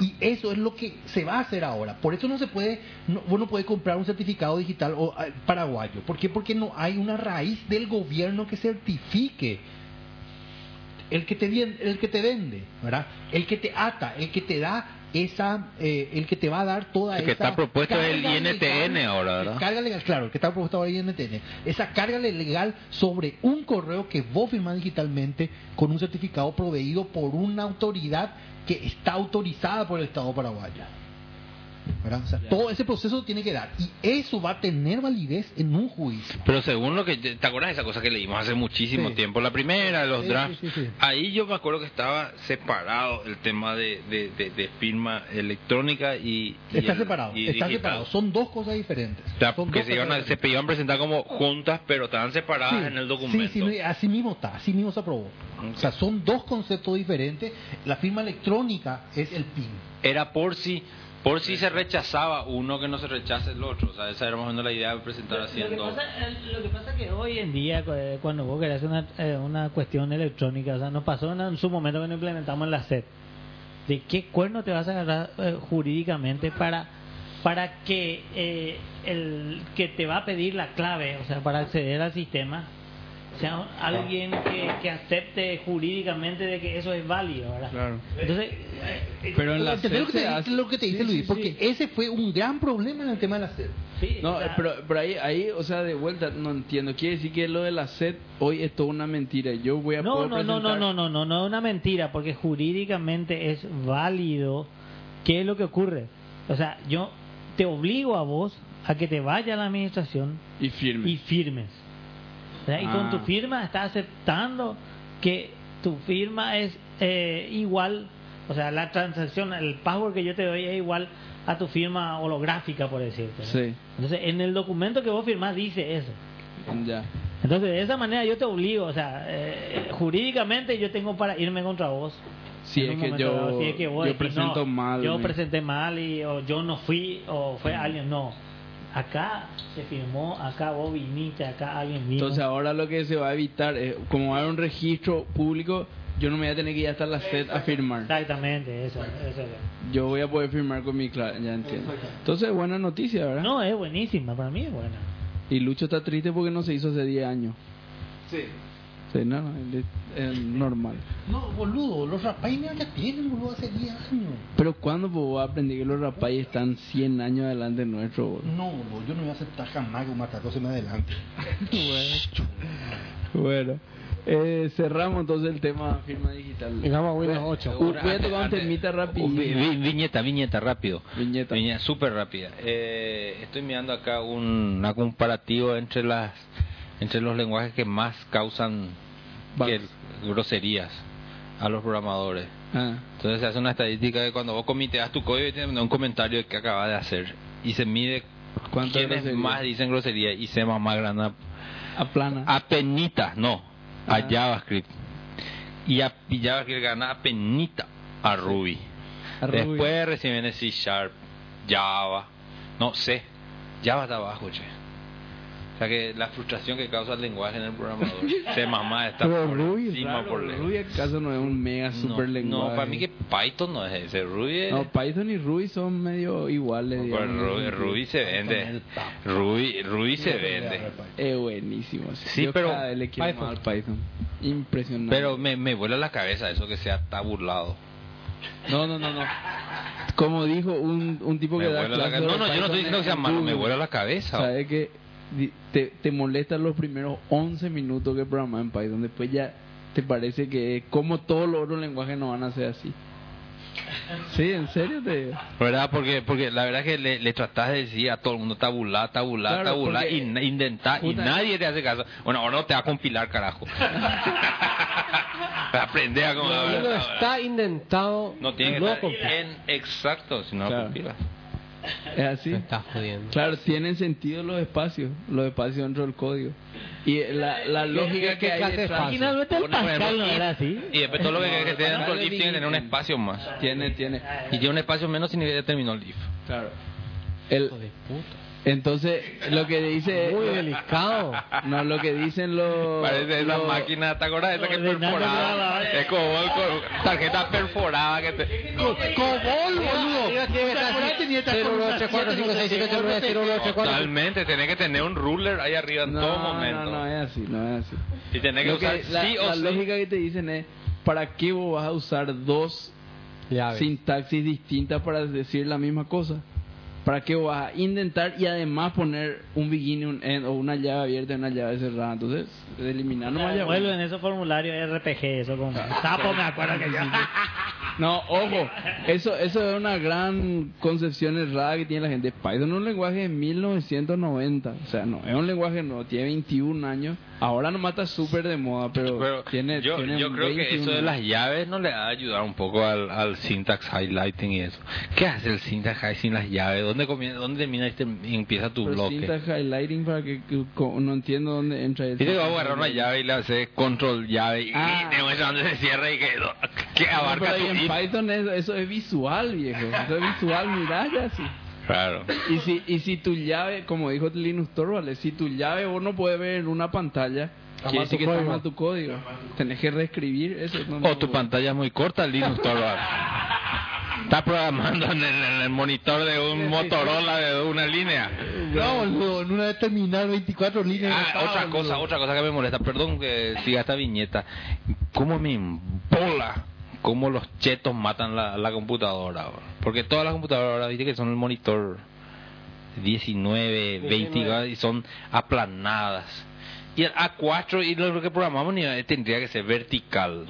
Y eso es lo que se va a hacer ahora. Por eso no se puede, no, vos no puedes comprar un certificado digital o, ah, paraguayo. ¿Por qué? Porque no hay una raíz del gobierno que certifique el que te vien- el que te vende, ¿verdad? El que te ata, el que te da esa, eh, el que te va a dar toda
El
esa
que está propuesto es el
carga
INTN
legal,
ahora, ¿verdad?
Carga legal, claro, el que está propuesto ahora es el INTN. Esa carga legal sobre un correo que vos firmás digitalmente con un certificado proveído por una autoridad que está autorizada por el Estado paraguayo. ¿verdad? O sea, todo ese proceso tiene que dar y eso va a tener validez en un juicio.
Pero según lo que... ¿Te acuerdas de esa cosa que leímos hace muchísimo
Sí.
tiempo? La primera, los
Sí,
drafts.
sí, sí, sí.
Ahí yo me acuerdo que estaba separado el tema de, de, de- de firma electrónica y... y
Está
el-
separado,
y
está
digital.
separado, son dos cosas diferentes.
O sea,
Son
que
dos
se iban,
cosas
a, se iban a presentar como juntas, pero estaban separadas
Sí,
en el documento.
Sí, sí, no, así mismo está, así mismo se aprobó. O sea, son dos conceptos diferentes. La firma electrónica es el PIN.
Era por si, por si se rechazaba uno que no se rechace el otro. O sea, esa era más o menos la idea de presentar
Lo que,
haciendo...
pasa, eh, lo que pasa es que hoy en día, cu- eh, cuando vos querés una, eh, una cuestión electrónica, o sea, nos pasó en, en su momento que nos implementamos en la SED. ¿De qué cuerno te vas a agarrar eh, jurídicamente para para que eh, el que te va a pedir la clave, o sea, para acceder al sistema, sea un- alguien
Ah.
que, que acepte jurídicamente de que eso es válido, ¿verdad?
Claro.
Entonces, eh, eh,
Pero en la
Entendés lo que
CEP
te,
se hace-
lo que te dice
Sí,
Luis,
sí,
porque
sí.
ese fue un gran problema en el tema de la SED.
sí,
No, eh,
o sea,
pero, pero ahí, ahí, o sea, de vuelta, no entiendo. Quiere decir que lo de la SED hoy es toda una mentira. Yo voy a
No,
poder
no, no, no,
presentar-
no, no, no, no es una mentira, porque jurídicamente es válido. ¿Qué es lo que ocurre? O sea, yo te obligo a vos a que te vaya a la administración
Y firme.
y firmes. O sea, Y
Ah.
con tu firma estás aceptando que tu firma es eh, igual, o sea, la transacción, el password que yo te doy es igual a tu firma holográfica, por decirte. ¿no?
Sí.
Entonces, en el documento que vos firmás dice eso.
Ya.
Entonces, de esa manera yo te obligo, o sea, eh, jurídicamente yo tengo para irme contra vos.
Si
En
es
un
que
momento dado,
yo,
si es que vos
yo
decís,
presento
no,
mal.
Yo
mi-
presenté mal y o yo no fui o fue alguien, no. Acá se firmó, acá vos viniste, acá alguien vino.
Entonces ahora lo que se va a evitar es, como va a haber un registro público, yo no me voy a tener que ir hasta la SED a firmar.
Exactamente, eso, eso es.
Yo voy a poder firmar con mi clave, ya entiendo. Entonces, buena noticia, ¿verdad?
No, es buenísima, para mí es buena.
Y Lucho está triste porque no se hizo hace 10 años. Sí. Sí, no, no, él es- es normal.
No, boludo, los rapaines ya tienen, boludo, hace 10 años.
Pero ¿cuándo pues, voy a aprender que los rapayes están 100 años adelante nuestro? boludo?
No, boludo, yo no voy a aceptar jamás que un macaco se me adelante.
Bueno, eh, cerramos entonces el tema firma digital.
Llegamos a Windows 8.
Voy a tocar un temita rápido.
Vi- vi- viñeta, viñeta, rápido.
Viñeta.
Viñeta, súper rápida. Eh, estoy mirando acá un, una comparativa entre las entre los lenguajes que más causan
Bugs.
que- groserías a los programadores.
Ah,
Entonces se hace una estadística de cuando vos comiteas tu código y te da un comentario que acabas de hacer. Y se mide
¿Cuántas
quiénes
groserías?
más Ah, dicen grosería y se más grana
aplana.
a penita, no, a
Ajá.
JavaScript. Y a y JavaScript gana a penita a Ruby.
A Ruby.
Después reciben el C Sharp, Java, no sé, Java está abajo, che. O sea que la frustración que causa el lenguaje en el programador, C mamá está
Pero
por
Ruby, es
encima
raro,
por lejos.
Ruby acaso no es un mega
No,
super lenguaje.
no, para mí que Python no es ese, Ruby es-
No, pues, Python y Ruby son medio iguales.
no, pero
digamos.
Ruby, Ruby se vende. Ruby, Ruby se vende.
Es buenísimo.
Sí,
Yo
pero-
cada vez le quiero
Python.
más al Python. Impresionante.
Pero me, me vuela la cabeza eso que sea está burlado.
No, no, no, no. Como dijo un, un tipo
Me
que da
vuela la
clases
cabeza.
de
No, no, yo no
Python
estoy diciendo que sea
en
malo, me
Google.
vuela la cabeza.
¿Sabe que di- te, te molestan los primeros 11 minutos que programas en Python. Después ya te parece que como todos los otros lenguajes no van a ser así. Sí, en serio te digo.
¿Verdad? Porque, porque la verdad es que le, le tratás de decir a todo el mundo tabulá, tabulá,
Claro,
tabulá,
porque-
y na- intentá, y
Puta,
nadie te hace caso. Bueno, ahora no te va a compilar, carajo. Aprende a como...
Lo está indentado.
No tiene que
no
estar
compila.
en exacto, si no
pues. Claro.
compilas.
Es
Me
así.
estás jodiendo.
Claro, tienen sentido los espacios, los espacios dentro del código. Y la, la lógica
qué
que hay
clase de
detrás
espacio?
Finalmente el
Por ejemplo,
Pascal no
y-
era así.
Y después todo lo que querés que tenga
no
dentro del
le
if tiene que tener un
limiten.
espacio más.
tiene, tiene.
Y tiene un espacio menos significa que ya terminó el if.
Claro. El,
Hijo de puta.
entonces, lo que dice...
Muy delicado.
No, lo que dicen los...
Parece esa
los-
máquina, ¿te acordás? Esa que es
Ordenando
perforada.
grabadores.
Es como con tarjeta perforada que te...
eh,
¡Cobol, boludo!
Totalmente, tenés que tener un ruler ahí arriba en
No,
todo momento.
no, no es así, no es así.
Y tenés que
Lo que-
usar
la,
sí o
la
sí.
lógica que te dicen es, ¿para qué vos vas a usar dos
Ya ves.
sintaxis distintas para decir la misma cosa? ¿Para qué vas a intentar y además poner un begin, y un end o una llave abierta y una llave cerrada? Entonces, eliminar nomás llave.
Vuelvo Ah, en esos formularios RPG, eso con sapo me acuerdo que sí.
No, ojo, eso, eso es una gran concepción errada que tiene la gente. Python es un lenguaje de 1990, o sea, no, es un lenguaje nuevo, tiene 21 años. Ahora no mata súper de moda, pero,
Pero
tiene,
yo,
tiene
yo creo que
21
eso de
años.
las llaves no le va a ayudar un poco al, al syntax highlighting y eso. ¿Qué hace el syntax highlighting sin las llaves? ¿Dónde, comienza, dónde termina este, y empieza tu
Pero
bloque?
cinta highlighting para que, que- co- no entiendo dónde entra el.
Y te va a agarrar una llave y le haces control llave y,
Ah.
y tengo esa donde se cierra y que, que
No,
abarca
pero ahí
tu
en
if.
Python es- eso, es visual, viejo. Eso es visual, mirá ya sí.
Claro.
Y si, y si tu llave, como dijo Linus Torvalds, si tu llave vos no puedes ver en una pantalla, quiere decir que está mal tu código. Tenés que reescribir eso. no, no,
O tu
bueno.
pantalla es muy corta, Linux Torvalds. Estás programando en el, en el monitor de un Motorola de una línea.
No, boludo, en una vez terminar 24 líneas.
Ah, otra cosa, otra cosa que me molesta. Perdón que siga esta viñeta. ¿Cómo me embola cómo los chetos matan la, la computadora? bro? Porque todas las computadoras ahora viste que son el monitor 19, 20 y son aplanadas. Y el A4 y lo que programamos ni- tendría que ser vertical.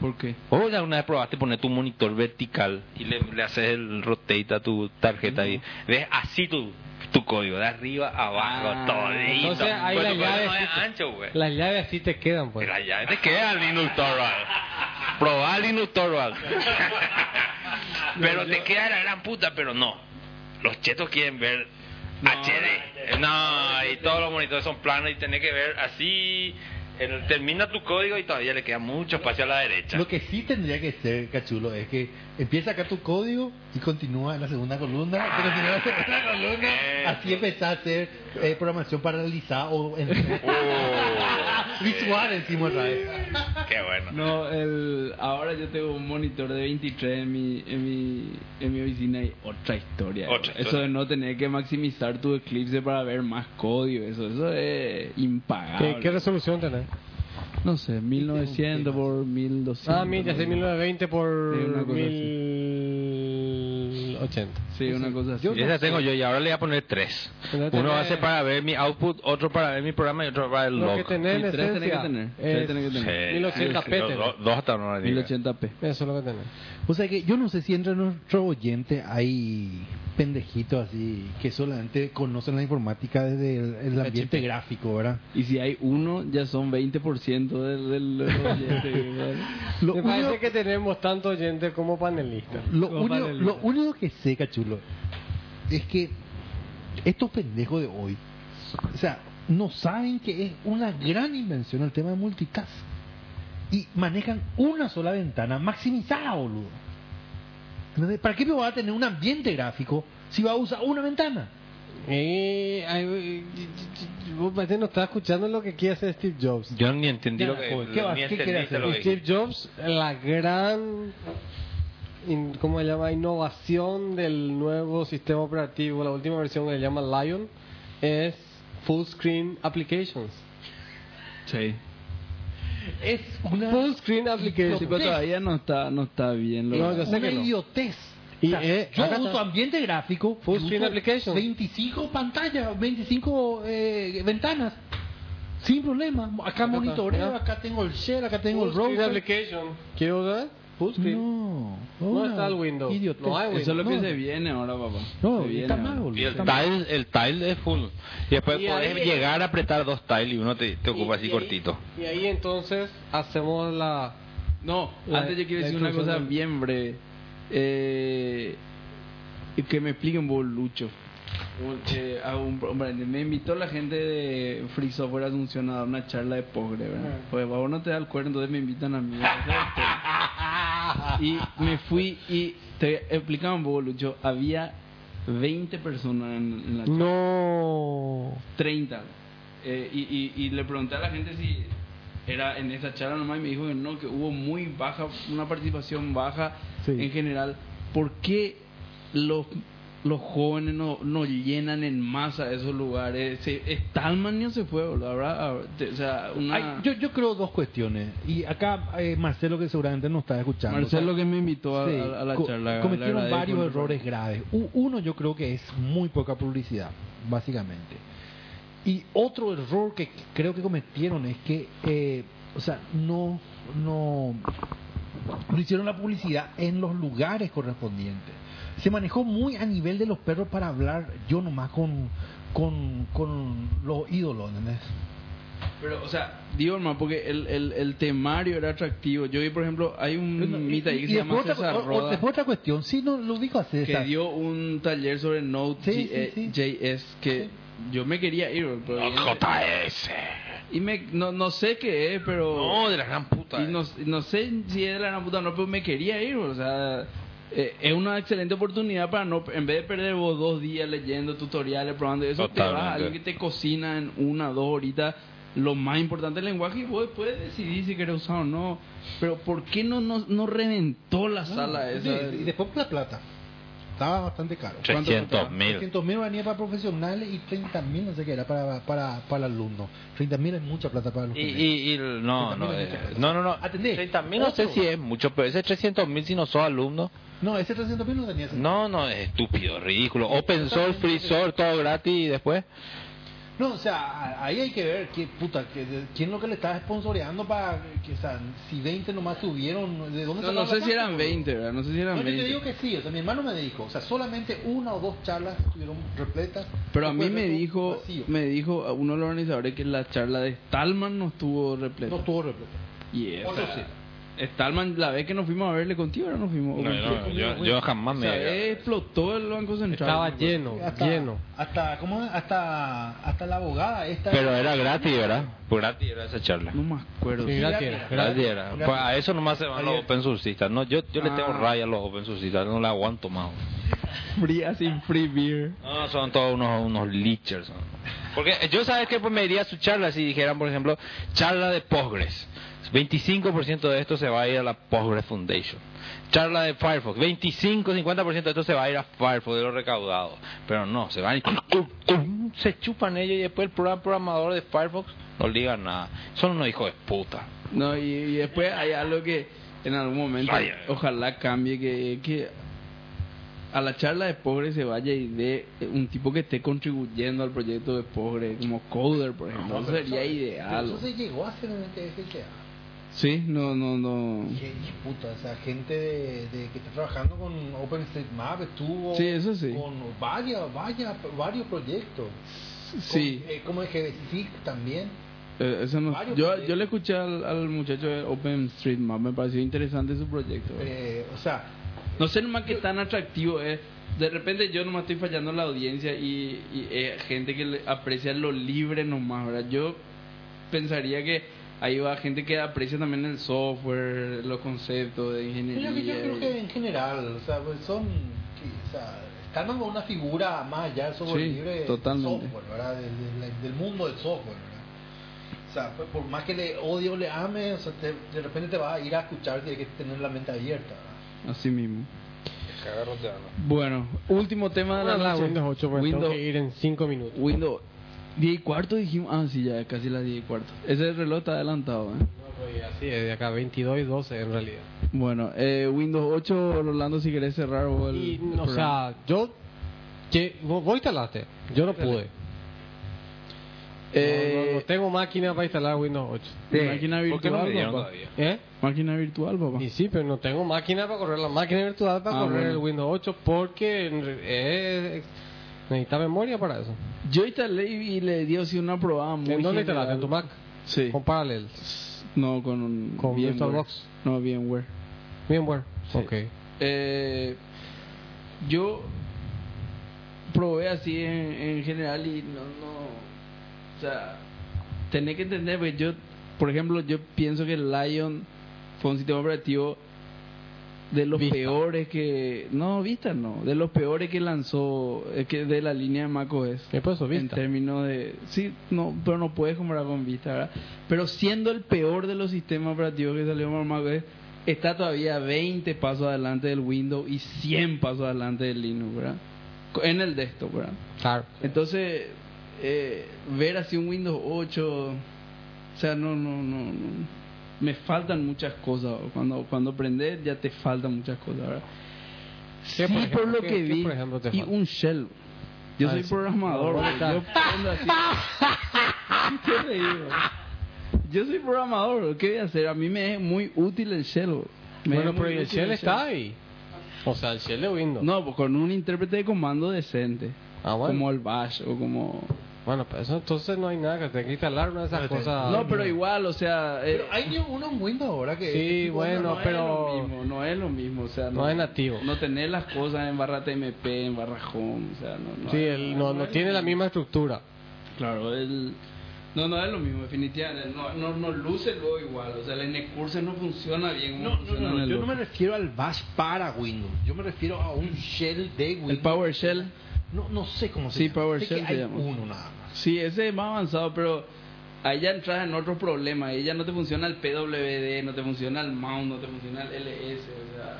¿Por qué?
O ya una vez probaste poner tu monitor vertical y le, le haces el rotate a tu tarjeta y ves así tu, tu código, de arriba a abajo,
Ah,
todito.
entonces ahí
Pues
la
tu código
llave
no es
existe.
ancho, güey.
Las llaves sí te quedan, pues.
Mira, ya te queda Linux Torvald. Probá Linux Torvald. pero te queda la gran puta, pero no. Los chetos quieren ver HD. No, y todos los monitores son planos y tenés que ver así. en- termina tu código y todavía le queda mucho espacio a la derecha.
Lo que sí tendría que ser, cachulo, es que empieza acá tu código y continúa en la segunda columna. y continúa en la segunda columna.
Eso.
Así empezás a hacer eh, programación paralizada o en,
Uh, Oh,
visual encima otra vez.
Qué bueno.
No, el, ahora yo tengo un monitor de 23 en mi, en mi, en mi oficina y otra historia.
Otra
Eso
historia.
de no tener que maximizar tu Eclipse para ver más código, eso, eso es impagable.
¿Qué, qué resolución tenés?
No sé, 1900 por 1200.
Ah, mira, ya sé, 1920 por
Sí, una cosa así.
1080.
Sí, una cosa así.
Yo-
Esa tengo yo y ahora le voy a poner tres.
Pero
Uno
tenés-
hace para ver mi output, otro para ver mi programa y otro para el
Lo que
log.
tenés en
Sí, tres tenés que
esencia
tener, tres
es
tenés que tener.
Sí.
1080p
Yo
tenés.
do- Dos hasta no le diga.
1080p.
Eso es lo que tenés.
O sea que yo no sé si entre nuestros oyentes hay pendejitos así que solamente conocen la informática desde el, el ambiente gráfico, ¿verdad?
Y si hay uno, ya son 20% del... del oyente, ¿verdad?
Lo
Me
único-
parece que tenemos tanto oyente como panelista.
Lo
Como
único,
panelista.
lo único que sé, cachulo, es que estos pendejos de hoy, o sea, no saben que es una gran invención el tema de multitask. Y manejan una sola ventana maximizada, boludo. Entonces, ¿para qué me voy a tener un ambiente gráfico si va a usar una ventana?
Eh, ay, eh, vos parece que no estás escuchando lo que quiere hacer Steve Jobs.
Yo ni entendí lo que
Joder, ¿qué vas-
ni
qué querés
entendiste
hacer?
lo que
Steve
dije.
Jobs, la gran, in- ¿cómo se llama? Innovación del nuevo sistema operativo, la última versión que se llama Lion, es Full Screen Applications.
Sí.
Es una,
Full Screen
Que
Applications.
todavía no está, no está bien.
No,
logrado.
yo sé
una
que no.
idiotez. Y,
sea,
eh,
yo
acá
uso
está.
ambiente gráfico,
Full
uso
screen application.
25 pantallas, 25 eh, ventanas, sin problema. Acá monitoreo,
está.
acá tengo el share, acá tengo el
Full screen
rover.
application. ¿Quiero ver? Full screen.
No,
No
una
está el Windows.
idiotez.
No hay Windows.
Eso es lo que
No.
se viene ahora, papá.
No,
se viene
está
ahora.
mal, boludo,
Y el
está mal.
tile, el tile es full. Y después
Y
podés
ahí-
llegar a apretar dos tiles y uno te, te ocupa
Y-
así
y ahí-
cortito.
Y ahí entonces hacemos la.
No,
La-
antes yo quiero
la
decir una
inclusión
cosa
del-
bien breve. Eh, y que me expliquen vos, Lucho. Porque a un- hombre, me invitó la gente de Free Software Asunción a dar una charla de posgre, ¿verdad? Pues vos no te da el cuerno, entonces me invitan a mí. y me fui y te explicaban vos, Lucho. Había 20 personas en, en la charla.
No.
30. Eh, y, y- y le pregunté a la gente si era en esa charla nomás y me dijo que no, que hubo muy baja, una participación baja
Sí.
en general. ¿Por qué los, los jóvenes no, no llenan en masa esos lugares? Se, es tal manía se fue, boludo, habrá- habrá- te- O sea, una...
Ay, yo, yo creo dos cuestiones. Y acá eh, Marcelo, que seguramente nos está escuchando.
Marcelo que me invitó a,
Sí,
a- a la
co-
charla. le
Cometieron
agradezco
varios
mucho.
errores graves. U- Uno yo creo que es muy poca publicidad, básicamente. Y otro error que creo que cometieron es que, eh, o sea, no, no, no hicieron la publicidad en los lugares correspondientes. Se manejó muy a nivel de los perros para hablar yo nomás con, con, con los ídolos, ¿entendés?
Pero, o sea, digo, hermano, porque el, el, el temario era atractivo. Yo vi, por ejemplo, hay un mita ahí que
y
se llama
después,
César
otra, o- o-
Roda.
después otra cuestión, sí, no, lo ubico hace
que dio un taller sobre Node.js
Sí, sí, sí.
que yo me quería ir pero-
JS.
y me no, no sé qué es pero
No, de la gran puta.
y no, y no sé si es de la gran puta o no pero me quería ir o sea eh, es una excelente oportunidad para no en vez de perder vos dos días leyendo tutoriales probando eso te vas a
Totalmente.
alguien que te cocina en una dos horitas lo más importante del lenguaje y vos después decidís si querés usar o no pero ¿por qué no, no, no reventó la sala esa?
Ah, Sí, y después por la plata. Estaba bastante caro.
300 mil.
300 mil venía para profesionales y 30 mil no sé qué era para, para, para el alumno. 30 mil es mucha plata para los
Y, y, y no, no, eh, no, no, no.
Atendé.
30.000 no sé
Otro.
si es mucho, pero ese 300 mil si no sos alumno.
No, ese 300 mil no tenía sentido.
No, no, es estúpido, ridículo. Open source, free source, todo gratis y después.
No, o sea, a- ahí hay que ver qué puta, que, de- quién lo que le estaba sponsoreando para que, o sea, si 20 nomás subieron, ¿de dónde
No,
sacaron
no
la
sé si
plata,
eran
boludo?
20, ¿verdad? No sé si
No,
eran
yo te
20.
digo que sí, o sea, mi hermano me dijo, o sea, solamente una o dos charlas estuvieron repletas.
Pero a mí
después
me
el resto
dijo,
vacío.
me dijo a uno de los organizadores que la charla de Stallman no estuvo repleta.
no estuvo repleta.
Y esa-
Otro sí.
Stallman, la vez que nos fuimos a verle contigo, ahora nos fuimos.
No, no, yo, yo jamás
O
me.
sea, explotó el Banco Central.
Estaba lleno,
Hasta,
lleno.
Hasta, ¿cómo es? Hasta, hasta la abogada esta.
Pero era gratis, ¿verdad? Pues gratis era esa charla.
No me acuerdo.
Sí, gracias.
Gratis era. Pues a eso nomás se van los
Ayer.
open sourcistas. No, yo, yo le tengo
Ah.
raya a los open sourcistas, no la aguanto más.
Fría sin free beer.
No, son todos unos, unos leechers. son. Porque yo sabes que pues, me iría a su charla si dijeran, por ejemplo, charla de Postgres. 25% de esto se va a ir a la Postgres Foundation. Charla de Firefox. 25, 50% de esto se va a ir a Firefox de lo recaudado. Pero no, se van y se chupan ellos y después el pro- programador de Firefox no liga nada. Son unos hijos de puta.
No, y, y después hay algo que en algún momento
Raya.
ojalá cambie, que, que a la charla de pobre se vaya y dé un tipo que esté contribuyendo al proyecto de pobre, como coder, por ejemplo. Eso sería ideal.
Eso se llegó a hacer en el TFGA.
Sí, no, no, no.
Qué disputa, o sea, gente de, de que está trabajando con OpenStreetMap estuvo.
Sí, eso sí.
Con varias, varias, varios proyectos.
Sí,
Con, eh, como el GBSIC también.
eh, eso no-
varios
Yo,
proyectos.
yo le escuché al, al muchacho de OpenStreetMap, me pareció interesante su proyecto.
Eh, o sea,
No sé nomás qué tan atractivo es. De repente yo nomás estoy fallando en la audiencia y, y, eh, gente que le- aprecia lo libre nomás, ¿verdad? Yo pensaría que ahí va gente que aprecia también el software, los conceptos de
yo, creo que-
ingeniería.
yo creo que en general, o sea, pues son. que, O sea, están dando una figura más allá del software
Sí,
libre del
totalmente.
software, ¿verdad? Del, del- del mundo del software, ¿verdad? O sea, pues, por más que le odie o le ame, o sea, te- de repente te vas a ir a escuchar, tienes que tener la mente abierta, ¿verdad?
Así mismo. Bueno, último tema de la
Vamos a hablar
noche.
de Windows 8, pues tengo
Windows-
que ir en 5 minutos.
Windows 10 y cuarto dijimos. Ah, sí, ya casi las 10 y cuarto. Ese reloj está adelantado. ¿eh?
Oye, pues, así es, de acá 22 y 12 en realidad.
Bueno, eh, Windows 8, Orlando, si querés cerrar vos el,
Y,
el
o
programa.
sea, yo. Que, vos, vos instalaste, yo no pude.
Eh,
No, no- no tengo máquina para instalar Windows 8.
máquina
¿Por qué no me
virtual,
dieron
papá.
todavía?
¿Eh?
Máquina virtual, papá.
Y sí, pero no tengo máquina para correr la máquina virtual para
Ah,
correr
bueno.
el Windows 8 porque en re- eh, necesita memoria para eso.
Yo instalé y le dio así una probada muy
¿En dónde
general.
instalaste? ¿En tu Mac?
Sí.
Con Parallel.
No, con un
Con
VMware.
VirtualBox.
No, VMware.
Bien, bueno.
Sí.
Ok.
Eh, yo probé así en, en general y no, no. O sea, tenés que entender, pues yo, por ejemplo, yo pienso que Lion fue un sistema operativo de los peores que. No, Vista no. De los peores que lanzó. eh, que de la línea de macOS.
¿Qué pasó?
En
¿Viste?
términos de. Sí, no, pero no puedes comparar con Vista, ¿verdad? Pero siendo el peor de los sistemas operativos que salió para macOS, está todavía 20 pasos adelante del Windows y 100 pasos adelante del Linux, ¿verdad? Co- En el desktop, ¿verdad?
Claro.
Entonces, eh, ver así un Windows 8, o sea, no, no, no, no. Me faltan muchas cosas. ¿verdad? Cuando, cuando aprendes, ya te faltan muchas cosas, ¿verdad? Sí,
¿Qué, por
por,
ejemplo?
lo
¿Qué-
que
qué,
vi.
por ejemplo, te
y
falta?
un shell. Yo
Ah,
soy
sí.
programador.
Ahora
bro. Yo pongo así. Yo te digo. Yo soy programador. bro. ¿Qué voy a hacer? A mí me es muy útil el shell. bro. Me
Bueno,
es muy
pero ¿y el
útil
Shell está ahí. O sea, el Shell de Windows.
No, pues con un intérprete de comando decente.
Ah, bueno.
Como el bash o como...
Bueno, pues eso entonces no hay nada que te que instalar una de esas
Espérate.
cosas.
Ah, no, pero igual, o sea... eh,
Pero hay ni uno en Windows ahora que.
este
Sí,
tipo,
bueno,
no, no
pero-
es lo mismo, no es lo mismo, o sea,
No es nativo.
No tener las cosas en barra TMP, en barra home, o sea, no, no
Sí,
es-
el- no, no
es
tiene
lo
la
mismo.
misma estructura.
Claro, el... No, no es lo mismo, definitivamente. No, no, no luce luego igual. O sea, el N-Cursor no funciona bien. como
No, no,
funciona
no,
en el
yo no me
otro.
refiero al bash para Windows. Yo me refiero a un shell de Windows.
El PowerShell.
No, no sé cómo se
Sí,
llama.
PowerShell
sé que
se
hay
llama.
uno nada más.
Sí, ese es más avanzado, pero ahí ya entras en otro problema. Ahí ya no te funciona el PWD, no te funciona el mount, no te funciona el LS. O sea,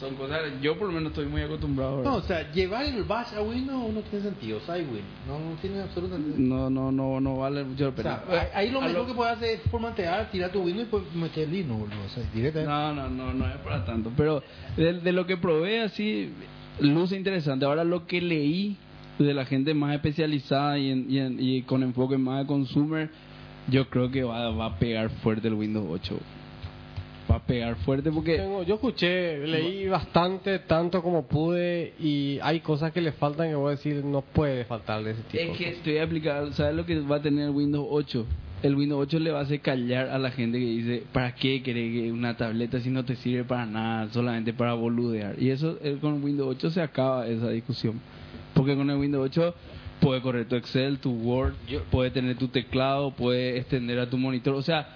son cosas. Yo por lo menos estoy muy acostumbrado.
No,
¿verdad?
o sea, llevar el bash a Windows no tiene sentido. O sea, hay Windows. No, no tiene absolutamente
No, no, no, no vale mucho la
O
pena.
sea, ahí- ahí Mm, lo
A
mejor que puedes hacer es formatear, tirar tu Windows y pues meter Linux, boludo. O sea, directamente.
No, no, no, no es para tanto. Pero de, de lo que probé así, luce interesante. Ahora lo que leí de la gente más especializada y, en- y en- y con enfoque más de consumer, yo creo que va, va a pegar fuerte el Windows 8. Va a pegar fuerte porque...
Tengo- yo escuché, leí bastante, tanto como pude, y hay cosas que le faltan que voy a decir no puede faltar de ese tipo.
Es que te voy a explicar, ¿sabes lo que va a tener el Windows 8? El Windows 8 le va a hacer callar a la gente que dice, ¿para qué querés que una tableta si no te sirve para nada, solamente para boludear? Y eso eh, con Windows 8 se acaba esa discusión. Porque con el Windows 8 puede correr tu Excel, tu Word, puede tener tu teclado, puede extender a tu monitor. O sea,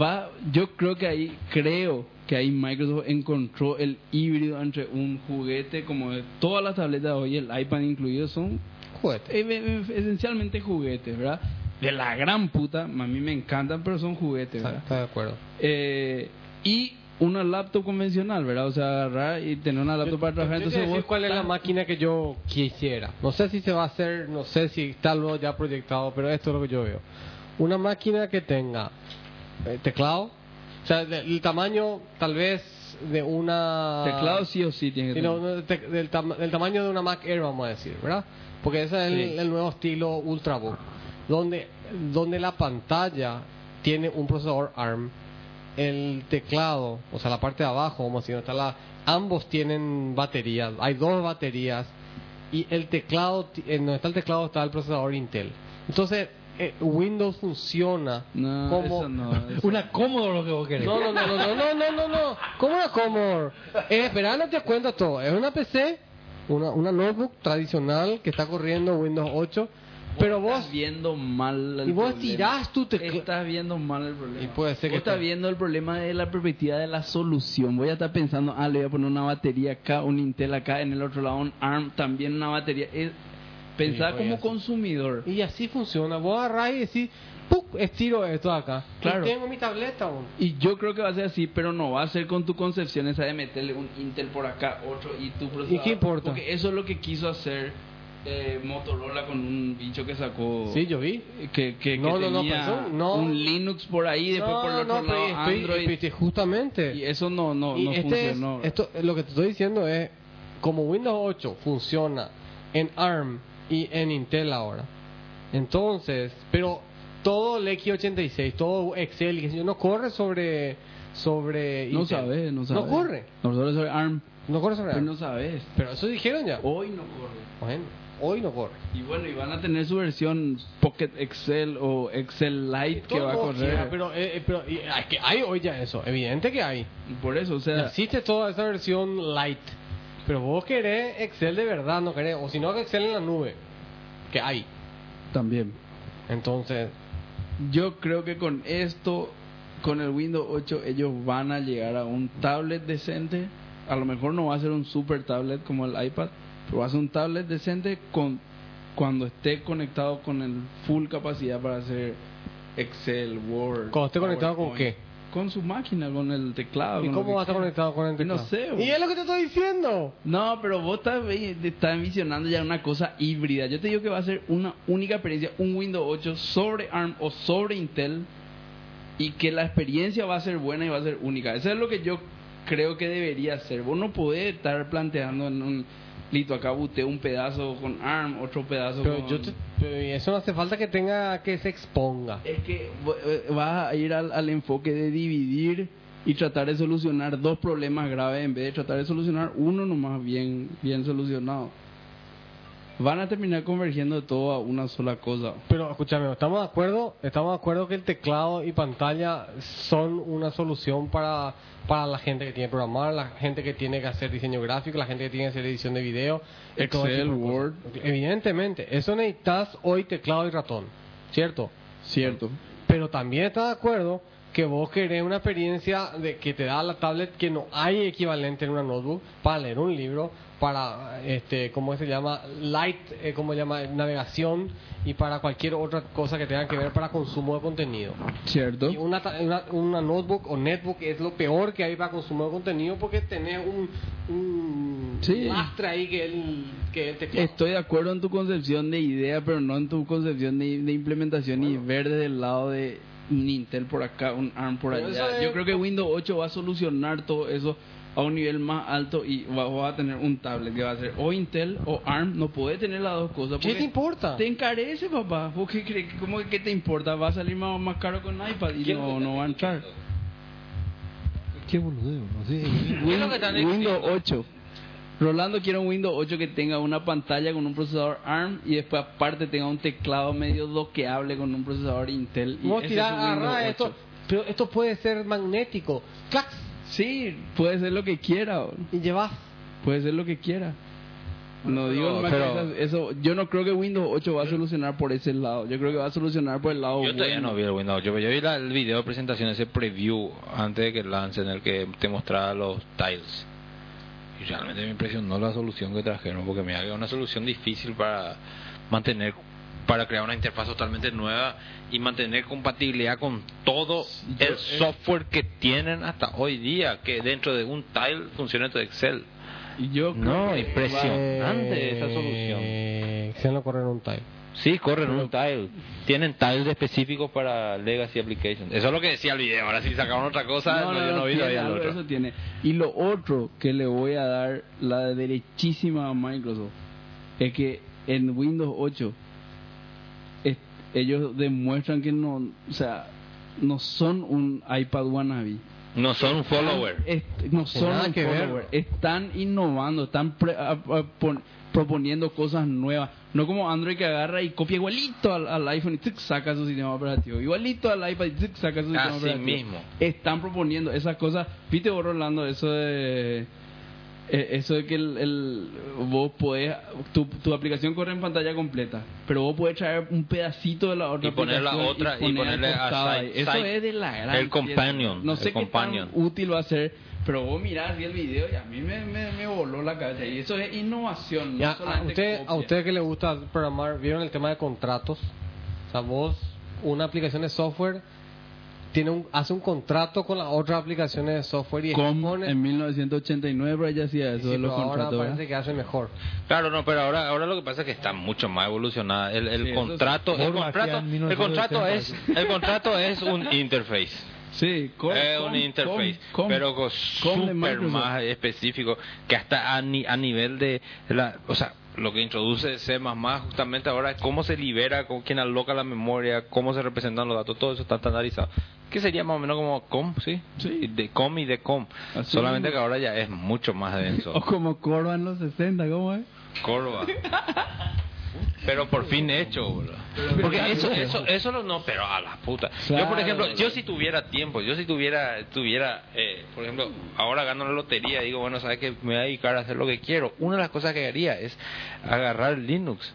va yo creo que ahí creo que ahí Microsoft encontró el híbrido entre un juguete como es- todas las tabletas hoy el iPad incluido son
Juguete.
eh, eh, eh, esencialmente juguetes verdad de la gran puta a mí me encantan pero son juguetes
Está,
verdad
está de acuerdo.
Eh, y una laptop convencional verdad o sea agarrar y tener una laptop para trabajar
Yo te
entonces
voy a
vos
decir cuál es la máquina que yo quisiera. No sé si se va a hacer, no sé si tal vez ya proyectado, pero esto es lo que yo veo. Una máquina que tenga eh, teclado, o sea, de- el tamaño tal vez de una...
teclado sí o sí tiene que
Sí, no,
tener.
no, te- del, tama- del tamaño de una Mac Air, vamos a decir, ¿verdad? Porque ese es el,
Sí.
el nuevo estilo Ultrabook, donde, donde la pantalla tiene un procesador ARM, el teclado, o sea, la parte de abajo, vamos a decir, está la, ambos tienen baterías, hay dos baterías, y el teclado, ti- en donde está el teclado está el procesador Intel. Entonces, eh, Windows funciona
No,
como...
eso no, eso
Una cómodo lo que vos querés.
No, no, no, no, no, no, no, no, no. ¿Cómo una Commodore? Eh, espera, no te cuento todo. Es una PC, una, una notebook tradicional que está corriendo Windows 8, pero vos...
Estás viendo mal el
Y vos
problema.
tirás tu tecla-
Estás viendo mal el problema.
Y puede ser que
Vos estás
está-
viendo el problema de la perspectiva de la solución. Voy a estar pensando, ah, le voy a poner una batería acá, un Intel acá, en el otro lado un ARM, también una batería. Es... Pensar
Sí, voy a
como
hacer.
consumidor.
Y así funciona. Vos agarrás y decís, ¡puc! Estiro esto de acá.
Claro.
Y tengo mi tableta, bro.
Y yo creo que va a ser así, pero no va a ser con tu concepción esa de meterle un Intel por acá, otro y tu procesador.
importa?
Porque eso es lo que quiso hacer eh, Motorola con un bicho que sacó.
Sí, yo vi.
Que, que,
No,
que
no, no,
tenía
pero eso no.
un Linux por ahí, después por el otro
pero
lado
estoy-
Android.
estoy- justamente.
y eso no, no,
Y
no
este es-
funcionó.
esto, lo que te estoy diciendo es, como Windows 8 funciona en ARM y en Intel ahora, entonces, pero todo el X86, todo Excel, qué sé yo, no corre sobre... sobre
no
Intel.
sabes, no sabes.
No corre,
Nosotros sobre ARM,
no corre sobre
pero
ARM.
pues no sabes.
Pero eso dijeron ya.
Hoy no corre.
Bueno, hoy no corre.
Y bueno, y van a tener su versión Pocket Excel o Excel Lite que va a
Todo,
correr.
ya, pero eh, eh, pero, y, es que hay hoy ya eso, evidente que hay.
Por eso, o sea,
Existe toda esa versión light. Pero vos querés Excel de verdad, no querés. O si no, Excel en la nube. Que hay.
también.
Entonces,
Yo creo que con esto, con el Windows 8, ellos van a llegar a un tablet decente. A lo mejor no va a ser un super tablet como el iPad, pero va a ser un tablet decente con cuando esté conectado con el full capacidad para hacer Excel, Word.
¿Cuando esté conectado con
PowerPoint. Con su máquina, con el teclado.
¿y
con lo
cómo
que
vas a estar
quiera.
conectado con el teclado?
Ah, No sé,
Y
güey.
es lo que te estoy diciendo.
No, pero vos estás, ve- estás visionando ya una cosa híbrida. Yo te digo que va a ser una única experiencia, un Windows 8 sobre ARM o sobre Intel y que la experiencia va a ser buena y va a ser única. Eso es lo que yo creo que debería ser. Vos no podés estar planteando en un lito acá buteo un pedazo con ARM, otro pedazo
Pero
con...
yo te- pero eso no hace falta que tenga que se exponga.
Es que vo- eh, vas a ir al, al enfoque de dividir y tratar de solucionar dos problemas graves en vez de tratar de solucionar uno nomás bien, bien solucionado. Van a terminar convergiendo todo a una sola cosa.
Pero escúchame, estamos de acuerdo, estamos de acuerdo que el teclado y pantalla son una solución para, para la gente que tiene que programar, la gente que tiene que hacer diseño gráfico, la gente que tiene que hacer edición de video, y todo
Excel,
ese tipo de cosas.
Word.
Evidentemente, eso necesitas hoy teclado y ratón, ¿cierto?
Cierto.
Pero también estás de acuerdo que vos querés una experiencia de que te da la tablet que no hay equivalente en una notebook para leer un libro, para este cómo se llama light, eh, cómo se llama navegación y para cualquier otra cosa que tenga que ver para consumo de contenido.
Cierto.
Y una, ta- una, una notebook o netbook es lo peor que hay para consumo de contenido porque tenés un, un
Sí.
lastre ahí que el que el teclado.
Estoy de acuerdo en tu concepción de idea, pero no en tu concepción de, de implementación y ver desde el lado de un Intel por acá, un ARM por
Pero eso
allá.
es-
Yo creo que Windows 8 va a solucionar todo eso a un nivel más alto y va, va a tener un tablet que va a ser o Intel o ARM. No puede tener las dos cosas.
¿Qué
porque
te importa?
Te encarece, papá. ¿Vos qué crees? ¿Cómo que qué te importa? Va a salir más, más caro con iPad y no, no va a entrar.
Qué boludeo, no sé.
Win- Windows 8. Rolando quiere un Windows 8 que tenga una pantalla con un procesador ARM y después aparte tenga un teclado medio doqueable con un procesador Intel. Y
Vos
ese es
tirás,
un Windows
agarrás
8.
esto, pero esto puede ser magnético. Clax
Sí, puede ser lo que quiera, bro.
y llevas
puede ser lo que quiera. No
Pero-
digo nomás que
pero-
esas- eso. Yo no creo que Windows 8 va a solucionar por ese lado. Yo creo que va a solucionar por el lado.
Yo todavía
Oh, bueno.
no vi el Windows 8, pero yo vi la- el video de presentación, ese preview antes de que lancen, el que te mostraba los tiles. Y realmente me impresionó la solución que trajeron, porque me había una solución difícil para mantener, para crear una interfaz totalmente nueva y mantener compatibilidad con todo el software que tienen hasta hoy día, que dentro de un tile funciona tu Excel.
Y Yo creo
No,
que
impresionante esa solución.
Excel no corre en un time.
Sí, corren un tile. Tienen tiles específicos para Legacy Applications. Eso es lo que decía el video. Ahora si sacaron otra cosa, no, yo no vi
tiene
todavía el
algo,
otro.
Eso tiene. Y lo otro que le voy a dar la derechísima a Microsoft es que en Windows 8 es- ellos demuestran que no, o sea, no son un iPad wannabe.
No son
Ah,
un follower.
Es- no son
nada
un
que ver.
follower. Están innovando, están pre- a- a- pon- proponiendo cosas nuevas. No como Android que agarra y copia igualito al, al iPhone y tic, saca su sistema operativo. Igualito al iPad y tic, saca su sistema
Así
operativo.
mismo.
Están proponiendo esas cosas. Viste vos, Rolando, eso de... eh, Eso de que el, el- vos podés, tu, tu aplicación corre en pantalla completa, pero vos podés traer un pedacito de la otra
Y poner la
aplicación
otra y
poner al
ponerle a
costado ahí.
side-
Eso
side-
es de la gran
el companion,
No
el
sé qué tan
companion.
útil va a ser, pero vos mirás bien el video y a mí me, me, me voló la cabeza. Y eso es innovación.
Ya,
no
a,
solamente
usted,
copia.
a usted que le gusta programar, ¿vieron el tema de contratos? O sea, vos, una aplicación de software tiene un, hace un contrato con las otras aplicaciones de software y
Com
expone-
en 1989 por ahí ya hacía
y
eso
sí,
de los
pero ahora
contratos. ¿verdad?
parece que hace mejor.
Claro, no, pero ahora, ahora lo que pasa es que está mucho más evolucionada. El, el
Sí, eso
contrato,
sí.
el
Borba
contrato,
hacía en
el contrato es, el contrato es un interface.
Sí, com-
Es
com-
un interface,
com-
pero con
com de
súper
Microsoft.
más específico, que hasta a, ni- a nivel de, la, o sea, lo que introduce C++ justamente ahora es cómo se libera, con quién aloca la memoria, cómo se representan los datos, todo eso está estandarizado. Que sería más o menos como COM, ¿sí?
Sí.
De COM y de COM.
Así
Solamente
mismo.
que ahora ya es mucho más denso.
O como Corva en los 60, ¿cómo es?
Corva. Pero por fin hecho, boludo. Porque eso, eso, eso lo- no, pero a la puta. Yo, por
Claro,
ejemplo,
boludo.
yo si tuviera tiempo, yo si tuviera, tuviera, eh, por ejemplo, ahora gano la lotería, digo, bueno, sabes que me voy a dedicar a hacer lo que quiero. Una de las cosas que haría es agarrar Linux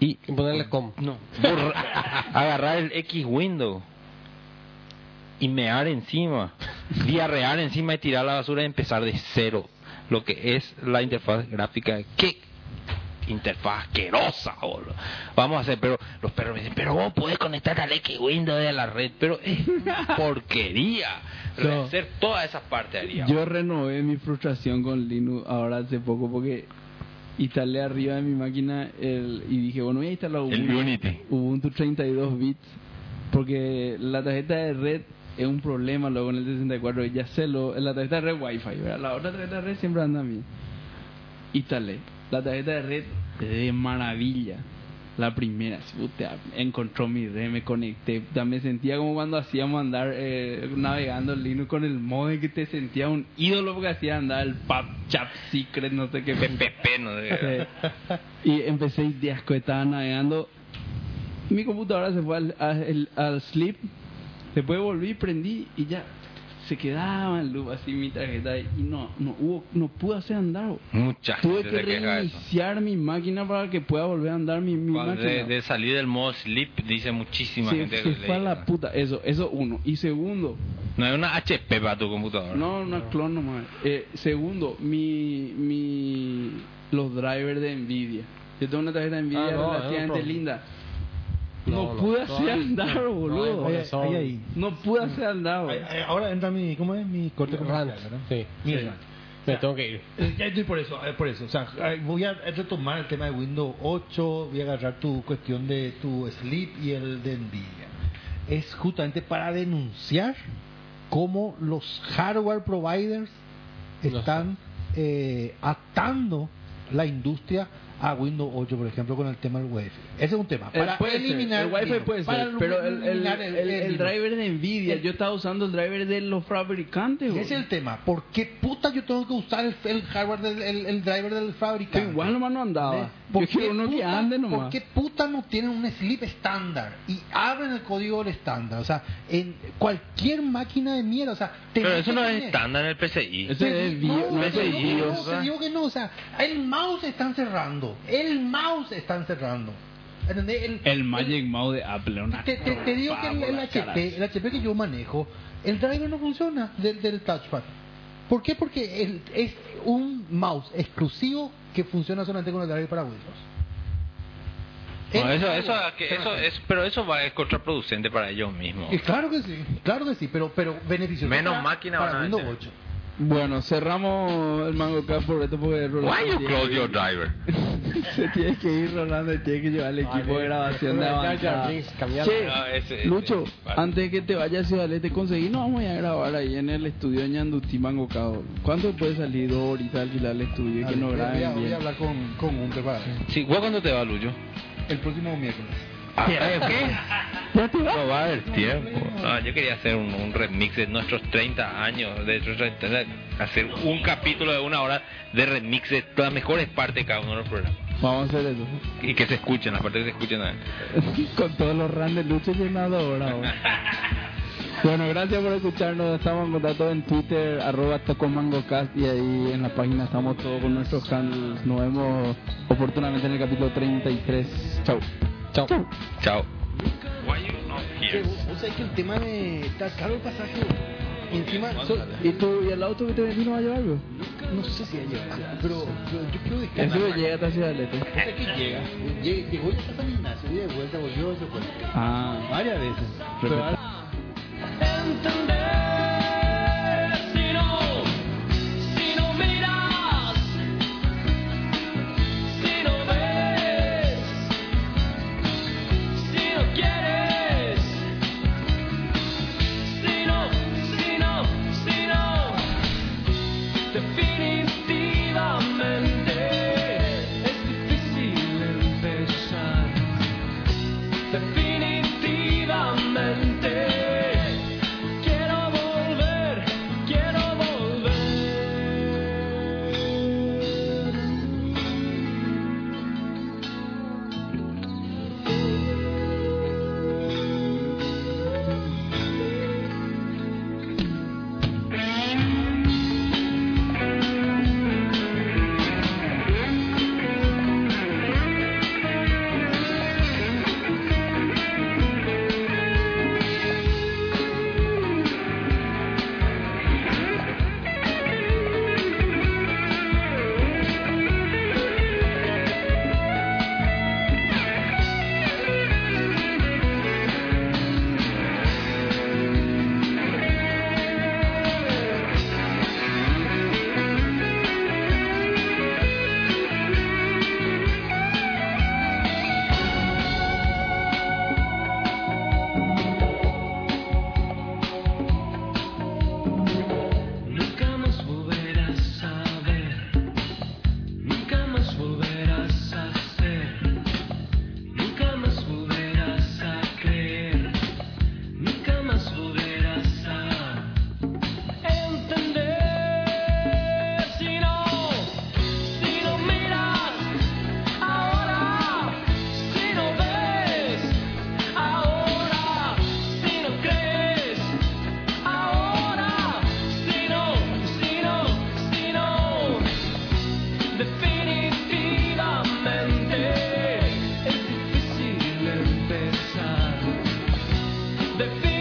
y
Y ponerle com.
no, borra- agarrar el X window y mear encima, diarrear encima y tirar a la basura y empezar de cero. Lo que es la interfaz gráfica. ¡Qué interfaz asquerosa, boludo! Vamos a hacer, pero los perros me dicen, pero vos podés conectar al X window de la red, pero es porquería.
No.
Hacer todas esas partes haría.
Yo renové mi frustración con Linux ahora hace poco porque instalé arriba de mi máquina el, y dije, bueno, voy a instalar
El Unity.
Ubuntu 32 bits porque la tarjeta de red es un problema luego en el 64 ya sé lo la tarjeta de red wifi ¿verdad? la otra tarjeta de red siempre anda bien instalé la tarjeta de red de maravilla la primera así, puta, encontró mi red me conecté puta, me sentía como cuando hacíamos andar eh, navegando en Linux con el modem que te sentía un ídolo porque hacía andar el pap chap secret no sé qué
PPP, no sé.
Sí. Y empecé y de asco estaba navegando. Mi computadora se fue al, a- el- al sleep. Después volví, prendí y ya se quedaba en loop así mi tarjeta. Y no, no, hubo, no pude hacer andar. bro.
Mucha
Tuve
gente
que
se queja de eso.
reiniciar mi máquina para que pueda volver a andar mi, mi
Cuando
máquina.
de, de salir del modo sleep dice muchísima
se,
gente
se
que le
fue a la
dice,
puta. Eso, eso uno. Y segundo,
no hay una HP para tu computadora
No, una clon nomás. Eh, segundo, mi, mi, los drivers de Nvidia. Yo tengo una tarjeta de Nvidia
Ah, no, es un
relativamente
problema.
linda.
No,
No,
no,
pude
no
hacer
hay-
andar,
no,
boludo.
no hay-
Ahí, ahí, ahí.
No pude hacer andar,
Ahí-
boludo.
ahí- Ahora entra mi, ¿cómo es? Mi corte comercial,
Rant.
¿verdad?
Sí.
Mi
Sí.
rant.
Me tengo que ir.
Eh, Ya estoy por eso, eh, por eso. O sea, eh, voy a retomar el tema de Windows 8, voy a agarrar tu cuestión de tu sleep y el de Nvidia. Es justamente para denunciar cómo los hardware providers están eh, atando la industria a Windows 8, por ejemplo, con el tema del Wi-Fi. Ese es un tema.
Eh,
Para
puede ser,
eliminar
el wifi
Linux,
puede ser,
para
pero el, el,
eliminar
el- el
Linux.
driver de Nvidia, yo estaba usando el driver de los fabricantes,
Ese
boludo.
es el tema. ¿Por qué puta yo tengo que usar el, el hardware, del, el, el driver del fabricante?
Pero igual nomás no andaba. Yo
¿Por
quiero
qué,
uno que
puta,
ande nomás.
por qué puta no tienen un sleep estándar? Y abren el código del estándar. O sea, en cualquier máquina de mierda. O sea,
pero
tenés
eso
que
no es
tener-
estándar en el PCI
Ese es
No,
bio- no
te
es
digo que
bio.
no, te digo que no. O sea, el mouse están cerrando. El mouse están cerrando. ¿Entendés?
El Magic Mouse de Apple, una
Te, te- te digo que el,
pavola,
el HP,
caras.
el HP que yo manejo, el driver no funciona del, del touchpad. ¿Por qué? Porque el- es un mouse exclusivo que funciona solamente con el driver para Windows.
No,
El
eso,
hardware.
eso, que- eso es, pero eso va es contraproducente para ellos mismos
Y claro que sí, claro que sí, pero, pero beneficioso
Menos
para-
máquina
para
van a
Windows
vender.
8.
Bueno, cerramos el Mango Cup por esto porque Rolando
why you
tiene-
close your driver
Se tiene que ir Rolando y tiene que llevar el equipo de grabación de avanzada. Che,
Ah, ese- ese.
Lucho,
Vale.
antes de que te vayas a Ciudad Este conseguí, no vamos a ir a grabar ahí en el estudio de Ñandutí Mangocao. ¿Cuánto puede salir dos horitas alquilar el estudio y que
Dale,
no
voy a-
graben
voy a
bien?
hablar con, con Gunter para
sí, ¿vos cuándo te va Lucho?
el próximo miércoles.
Ah, ¿qué? no va a haber tiempo Ah, yo quería hacer un, un remix de nuestros 30 años de nuestros 30 hacer un capítulo de una hora de remix de las mejores partes de cada uno de los programas
Vamos a hacer
y que se escuchen las partes que se escuchen también.
eso. Con todos los ran de Lucho llenado ahora. vos. Bueno, gracias por escucharnos. Estamos en contacto en Twitter, arroba TocomangoCast y ahí en la página estamos todos con nuestros handles. Nos vemos oportunamente en el capítulo 33. Chau.
Chao.
chao why you not here
O sea, que el tema de. Está caro el pasaje. Y encima, so-
¿Y tú y el auto que te vendí no va a llevar, bro?
no sé si va a llegar, pero, pero yo quiero dejar.
Eso llega hasta Ciudad Este.
O sea, que llega. Lle- Llegó ya hasta San Ignacio, y de vuelta volvió, se fue.
Ah,
Varias veces.
Pero-
entender si no, si no miras, si no ves, si no quieres, si no, si no, si no, definitivamente es difícil empezar. Definitivamente quiero volver, quiero volver. Nunca más volverás a ver, nunca más volverás a ser, nunca más volverás a creer, nunca más volverás a entender si no, si no miras ahora, si no ves ahora, si no crees. Ahora, si no, si no, si no, definitivamente es difícil empezar. Definitivamente